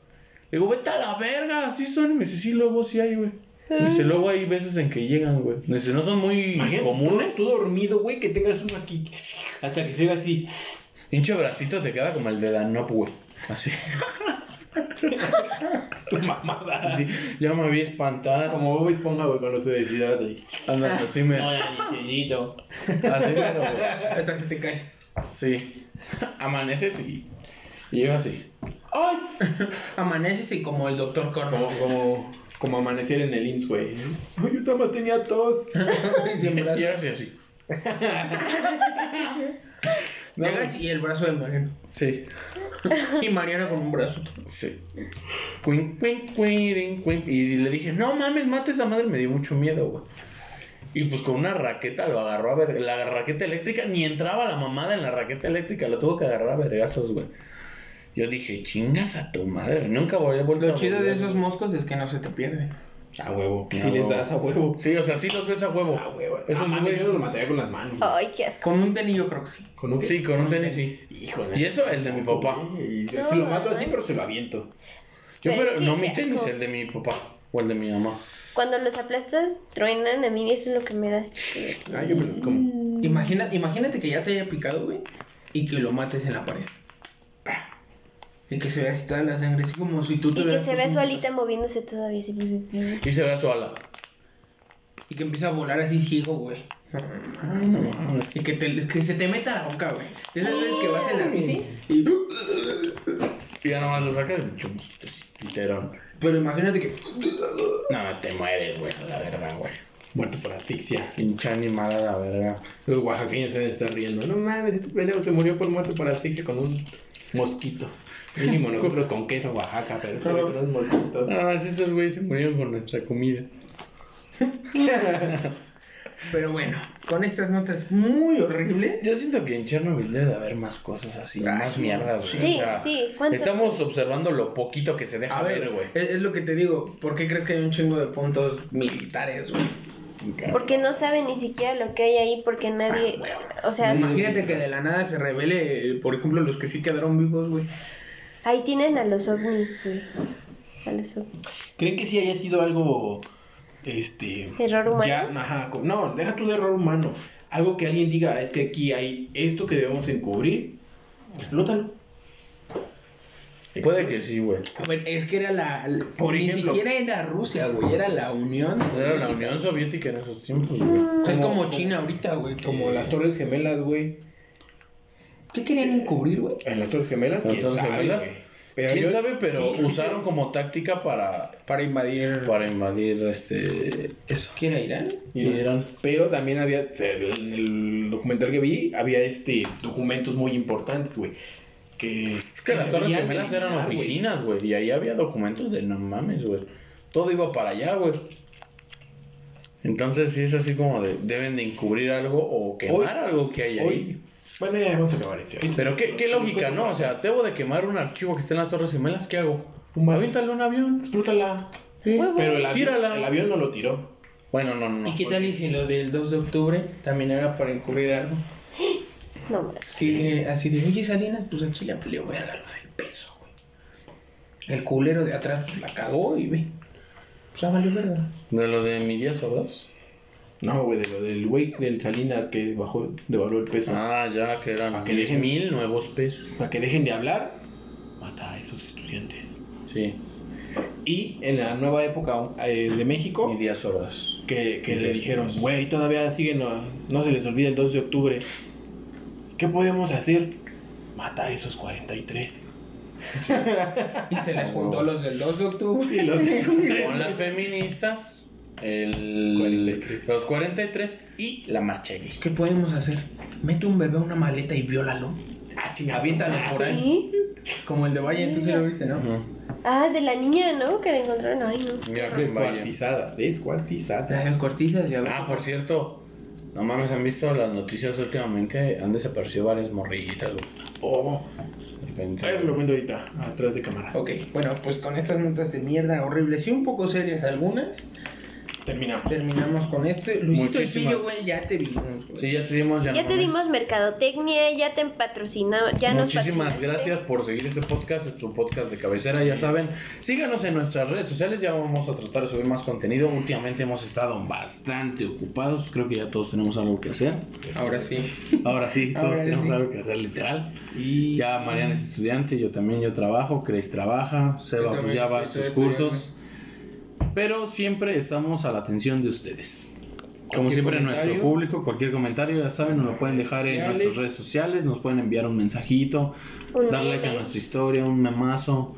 Speaker 6: Le digo, vete a la verga, así son. Y me dice, sí, luego sí hay, güey. Me dice, luego hay veces en que llegan, güey. Me dice, no son muy
Speaker 5: Imagínate,
Speaker 6: comunes.
Speaker 5: Tú dormido, güey, que tengas uno aquí. Hasta que se oiga así.
Speaker 6: Hinche bracito te queda como el de Danop, güey. Así.
Speaker 5: Tu mamada.
Speaker 6: así. Ya me había espantado. Como...
Speaker 5: Como Bob Esponja, güey, cuando se deshidrata. y-
Speaker 6: así me.
Speaker 5: Hola, nichellito.
Speaker 6: Así mero, güey.
Speaker 2: Esta se te cae.
Speaker 6: Sí. Amaneces y. Y yo así.
Speaker 2: ¡Ay! Amaneces y como el doctor Corno.
Speaker 5: Como, como, como amanecer en el IMSS, güey. Ay, yo nada más tenía tos.
Speaker 2: <laughs> y el brazo.
Speaker 6: Y así, así. No,
Speaker 2: Llegas y el brazo de Mariano.
Speaker 6: sí,
Speaker 2: Y Mariano con un brazo.
Speaker 6: sí. Cuin, cuin, cuirin, cuin. Y le dije, no mames, mate esa madre. Me dio mucho miedo, güey. Y pues con una raqueta lo agarró a ver. La raqueta eléctrica, ni entraba la mamada en la raqueta eléctrica. Lo tuvo que agarrar a vergazos, güey. Yo dije, chingas a tu madre. Nunca voy a volver
Speaker 2: Lo chido de esos moscos es que no se te pierde.
Speaker 5: A huevo. Si
Speaker 6: A
Speaker 5: les
Speaker 6: huevo.
Speaker 5: das a huevo.
Speaker 6: Sí, o sea, sí los ves a huevo.
Speaker 5: A huevo.
Speaker 6: Esos
Speaker 5: Ah, mames,
Speaker 6: güeyes-
Speaker 5: yo los mataría con las manos. güey.
Speaker 3: <laughs> Ay, qué asco.
Speaker 2: Con un tenillo croxy.
Speaker 5: ¿Con un qué?
Speaker 6: Sí, con un tenis, sí.
Speaker 5: Híjole.
Speaker 6: Y eso, el de mi papá.
Speaker 5: Güey, yo
Speaker 3: No,
Speaker 5: se lo mato así,
Speaker 3: mames.
Speaker 5: pero se lo aviento.
Speaker 6: Yo,
Speaker 3: Pero
Speaker 6: pero,
Speaker 3: es que
Speaker 6: no mi
Speaker 3: qué
Speaker 6: tenis,
Speaker 3: asco.
Speaker 6: el de mi papá o el de mi mamá.
Speaker 3: Cuando los aplastas, truenan. A mí eso es lo que me da asco.
Speaker 5: Ah, yo me lo
Speaker 3: Mm.
Speaker 5: como.
Speaker 2: Imagina, imagínate que ya te haya picado, güey, y que lo mates en la pared. Y que se vea así toda la sangre, así como si tú te
Speaker 3: Y que
Speaker 2: hubieras
Speaker 3: se vea
Speaker 2: puesto
Speaker 3: su
Speaker 2: un-
Speaker 3: alita moviéndose todavía. Así, pues, sí.
Speaker 6: Y se ve a su ala.
Speaker 2: Y que empieza a volar así ciego, güey.
Speaker 6: Ay, no mames.
Speaker 2: Y que, te- que se te meta a la boca, güey. De esas veces que vas en la bici. Y...
Speaker 6: Y ya nomás lo sacas y chum, pues, literal.
Speaker 2: Pero imagínate que.
Speaker 6: No, te mueres, güey, la verdad, güey.
Speaker 5: Muerto por asfixia.
Speaker 6: Pinche animal a la verga.
Speaker 5: Los oaxaqueños se deben estar riendo. No mames, este pendejo se murió por muerto por asfixia con un mosquito. Mínimo nosotros con queso Oaxaca, pero este güey con unos mosquitos.
Speaker 6: Ah, si estos güeyes se murieron por nuestra comida.
Speaker 2: Pero bueno, con estas notas muy horribles.
Speaker 6: Yo siento que en Chernobyl debe de haber más cosas así, más mierdas, güey.
Speaker 3: Sí, sí, ¿cuántas?
Speaker 6: Estamos observando lo poquito que se deja
Speaker 2: A ver, güey. Es, es lo que te digo. ¿Por qué crees que hay un chingo de puntos militares, güey?
Speaker 3: Porque no saben ni siquiera lo que hay ahí. Porque nadie. O sea,
Speaker 2: Imagínate que de la nada se revele, eh, por ejemplo, los que sí quedaron vivos, güey.
Speaker 3: ahí tienen a los ovnis, güey. A los ovnis.
Speaker 5: ¿Creen que sí haya sido algo, este...
Speaker 3: Error humano.
Speaker 5: Ya, ajá, co- no, deja tu de error humano. Algo que alguien diga, es que aquí hay esto que debemos encubrir, explótalo.
Speaker 6: Puede que sí, güey.
Speaker 2: A ver, es que era la. la-
Speaker 5: Por
Speaker 2: ni
Speaker 5: ejemplo.
Speaker 2: siquiera era Rusia, güey. Era la Unión.
Speaker 6: Era la Unión Soviética en esos tiempos, güey.
Speaker 2: O sea, es como
Speaker 5: Como-
Speaker 2: China ahorita, güey. que-
Speaker 5: Como las Torres Gemelas, güey.
Speaker 2: ¿Qué querían encubrir, güey?
Speaker 5: En las Torres Gemelas,
Speaker 6: Las
Speaker 5: quién
Speaker 6: Torres
Speaker 5: sabe,
Speaker 6: Gemelas.
Speaker 5: güey. Pero
Speaker 6: ¿Quién
Speaker 5: yo-
Speaker 6: sabe? Pero
Speaker 5: Sí, sí,
Speaker 6: usaron como táctica para
Speaker 2: Para invadir.
Speaker 6: para invadir este eso.
Speaker 2: ¿Quién era Irán?
Speaker 5: Y
Speaker 6: Y eran-
Speaker 5: Pero también había, en el documental que vi, había este documentos muy importantes, güey. Que,
Speaker 6: Es que las Torres
Speaker 5: debían
Speaker 6: Gemelas eran
Speaker 5: eliminar, güey.
Speaker 6: oficinas, güey. Y ahí había documentos de no mames, güey. Todo iba para allá, güey. Entonces sí es así como de deben de encubrir algo o quemar
Speaker 5: Hoy-
Speaker 6: algo que hay ahí.
Speaker 5: Hoy- Bueno, ya vamos a acabar este. Ahorita
Speaker 6: Pero
Speaker 5: nos-
Speaker 6: qué, qué
Speaker 5: nos-
Speaker 6: lógica, ¿no? O sea, debo de quemar un archivo que esté en las Torres Gemelas, ¿qué hago?
Speaker 5: Un avión.
Speaker 6: Aviéntale un avión.
Speaker 5: Explótala.
Speaker 6: Sí.
Speaker 3: Huevo.
Speaker 5: Pero el avión,
Speaker 6: Tírala.
Speaker 5: el avión no lo tiró.
Speaker 6: Bueno, no, no.
Speaker 2: ¿Y qué tal y si lo del 2 de octubre también era para encubrir algo?
Speaker 3: No, mames.
Speaker 2: Así de, así de oye, Salinas, pues a Chile le voy a dar el peso, güey. El culero de atrás pues, la cagó y ve. Pues ya valió verga.
Speaker 6: De lo de Miguel Sordos.
Speaker 5: No, güey, de lo del güey del Salinas que bajó de valor el peso.
Speaker 6: Ah, ya, que eran
Speaker 5: Para que dejen-
Speaker 6: mil nuevos pesos.
Speaker 5: Para que dejen de hablar, mata a esos estudiantes.
Speaker 6: Sí.
Speaker 5: Y en la nueva época eh, de México.
Speaker 6: Y Díaz Ordaz.
Speaker 5: que, que le
Speaker 6: Ingresos.
Speaker 5: dijeron, güey, todavía siguen, no, no se les olvida el 2 de octubre. ¿Qué podemos hacer? Mata a esos 43.
Speaker 2: Y se les juntó los del 2 de octubre.
Speaker 5: Y los
Speaker 6: Con las feministas. el,
Speaker 4: 43.
Speaker 6: los 43 y la marcha gay.
Speaker 2: ¿Qué podemos hacer? Mete un bebé a una maleta y viólalo. Ah, chinga, aviéntalo por ahí.
Speaker 3: ¿Sí?
Speaker 2: Como el de Valle, tú sí lo viste, ¿no?
Speaker 3: Ah, de la niña, ¿no? Que la encontraron ahí, ¿no?
Speaker 6: Mira, vaya.
Speaker 4: Descuartizada, descuartizada.
Speaker 2: Las cortizas y a ver.
Speaker 6: Ah, por cierto, no mames, han visto las noticias últimamente, han desaparecido varias morrillitas, güey.
Speaker 4: Oh,
Speaker 6: De repente.
Speaker 4: ahí lo cuento ahorita, atrás de cámaras.
Speaker 2: Ok, bueno, pues con estas notas de mierda horribles y un poco serias algunas,
Speaker 4: Terminamos.
Speaker 2: terminamos con este. Luisito el
Speaker 6: Muchísimas.
Speaker 2: Pillo, güey, ya te vimos, güey.
Speaker 6: Sí, ya te dimos ya
Speaker 3: Ya
Speaker 6: no
Speaker 3: te
Speaker 6: mames.
Speaker 3: dimos mercadotecnia, ya te patrocinamos, ya nos
Speaker 6: Muchísimas
Speaker 3: patrocinaste.
Speaker 6: gracias por seguir este podcast, es tu podcast de cabecera, ya saben. Síganos en nuestras redes sociales, ya vamos a tratar de subir más contenido. Últimamente hemos estado bastante ocupados, creo que ya todos tenemos algo que hacer.
Speaker 2: Ahora sí.
Speaker 6: Ahora sí, todos
Speaker 2: Ahora
Speaker 6: tenemos
Speaker 2: sí.
Speaker 6: algo que hacer, literal.
Speaker 2: Y
Speaker 6: Ya Mariana es estudiante, yo también, yo trabajo, Cres trabaja, Seba
Speaker 2: Yo
Speaker 6: pues,
Speaker 2: también
Speaker 6: ya va a
Speaker 2: estoy
Speaker 6: sus
Speaker 2: estudiando.
Speaker 6: cursos. Pero siempre estamos a la atención de ustedes. Como
Speaker 2: Cualquier
Speaker 6: siempre, nuestro
Speaker 2: comentario.
Speaker 6: público, cualquier comentario, ya saben, nos lo pueden dejar en
Speaker 2: Sociales.
Speaker 6: nuestras redes sociales, nos pueden enviar un mensajito,
Speaker 3: Un
Speaker 6: darle like a
Speaker 3: meme.
Speaker 6: nuestra historia, un memazo.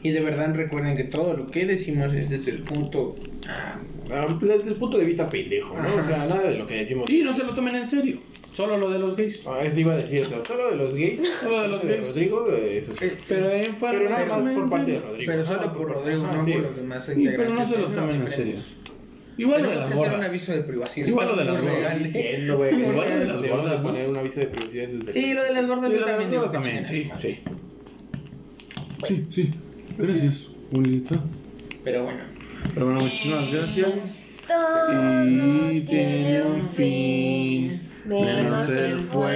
Speaker 2: Y de verdad recuerden que todo lo que decimos es desde el punto. Ah,
Speaker 4: Ah, Desde el punto de vista pendejo, ¿no? O sea, nada de lo que decimos.
Speaker 6: Y no se lo tomen en serio, solo lo de los gays.
Speaker 4: Ah, eso iba a decir, o sea, solo de los gays.
Speaker 6: Solo de los gays.
Speaker 4: Rodrigo, eh, eso sí.
Speaker 6: Pero en fuera
Speaker 4: Pero
Speaker 6: no se
Speaker 4: nada
Speaker 6: tomen
Speaker 4: más por
Speaker 6: en
Speaker 4: parte de
Speaker 6: serio.
Speaker 4: Rodrigo.
Speaker 2: pero
Speaker 4: Ah,
Speaker 2: solo por Rodrigo,
Speaker 4: ah,
Speaker 2: no
Speaker 4: sí.
Speaker 2: por los demás
Speaker 6: Sí, pero no
Speaker 2: integrantes
Speaker 6: se lo
Speaker 2: del
Speaker 6: tomen en
Speaker 2: bloque,
Speaker 6: serio.
Speaker 2: creemos.
Speaker 6: Igual lo de
Speaker 2: Tenemos
Speaker 6: las
Speaker 2: que hacer un
Speaker 6: gordas.
Speaker 2: aviso de privacidad.
Speaker 6: Igual lo de las
Speaker 2: Muy
Speaker 6: gordas.
Speaker 2: real.
Speaker 4: Diciendo, güey, que
Speaker 6: Igual lo de las
Speaker 4: le vamos a
Speaker 6: gordas, ¿no?
Speaker 4: poner un aviso de privacidad desde
Speaker 2: Sí, lo de las gordas
Speaker 6: Y
Speaker 2: yo
Speaker 6: lo de las
Speaker 2: también digo
Speaker 6: gordas
Speaker 2: que
Speaker 6: también, sí,
Speaker 2: chingan.
Speaker 6: sí.
Speaker 2: Bueno,
Speaker 6: sí. Gracias, bonita.
Speaker 2: Pero bueno.
Speaker 6: Pero bueno, muchísimas gracias.
Speaker 3: Todo
Speaker 6: Y
Speaker 3: tiene un fin, menos el fuego.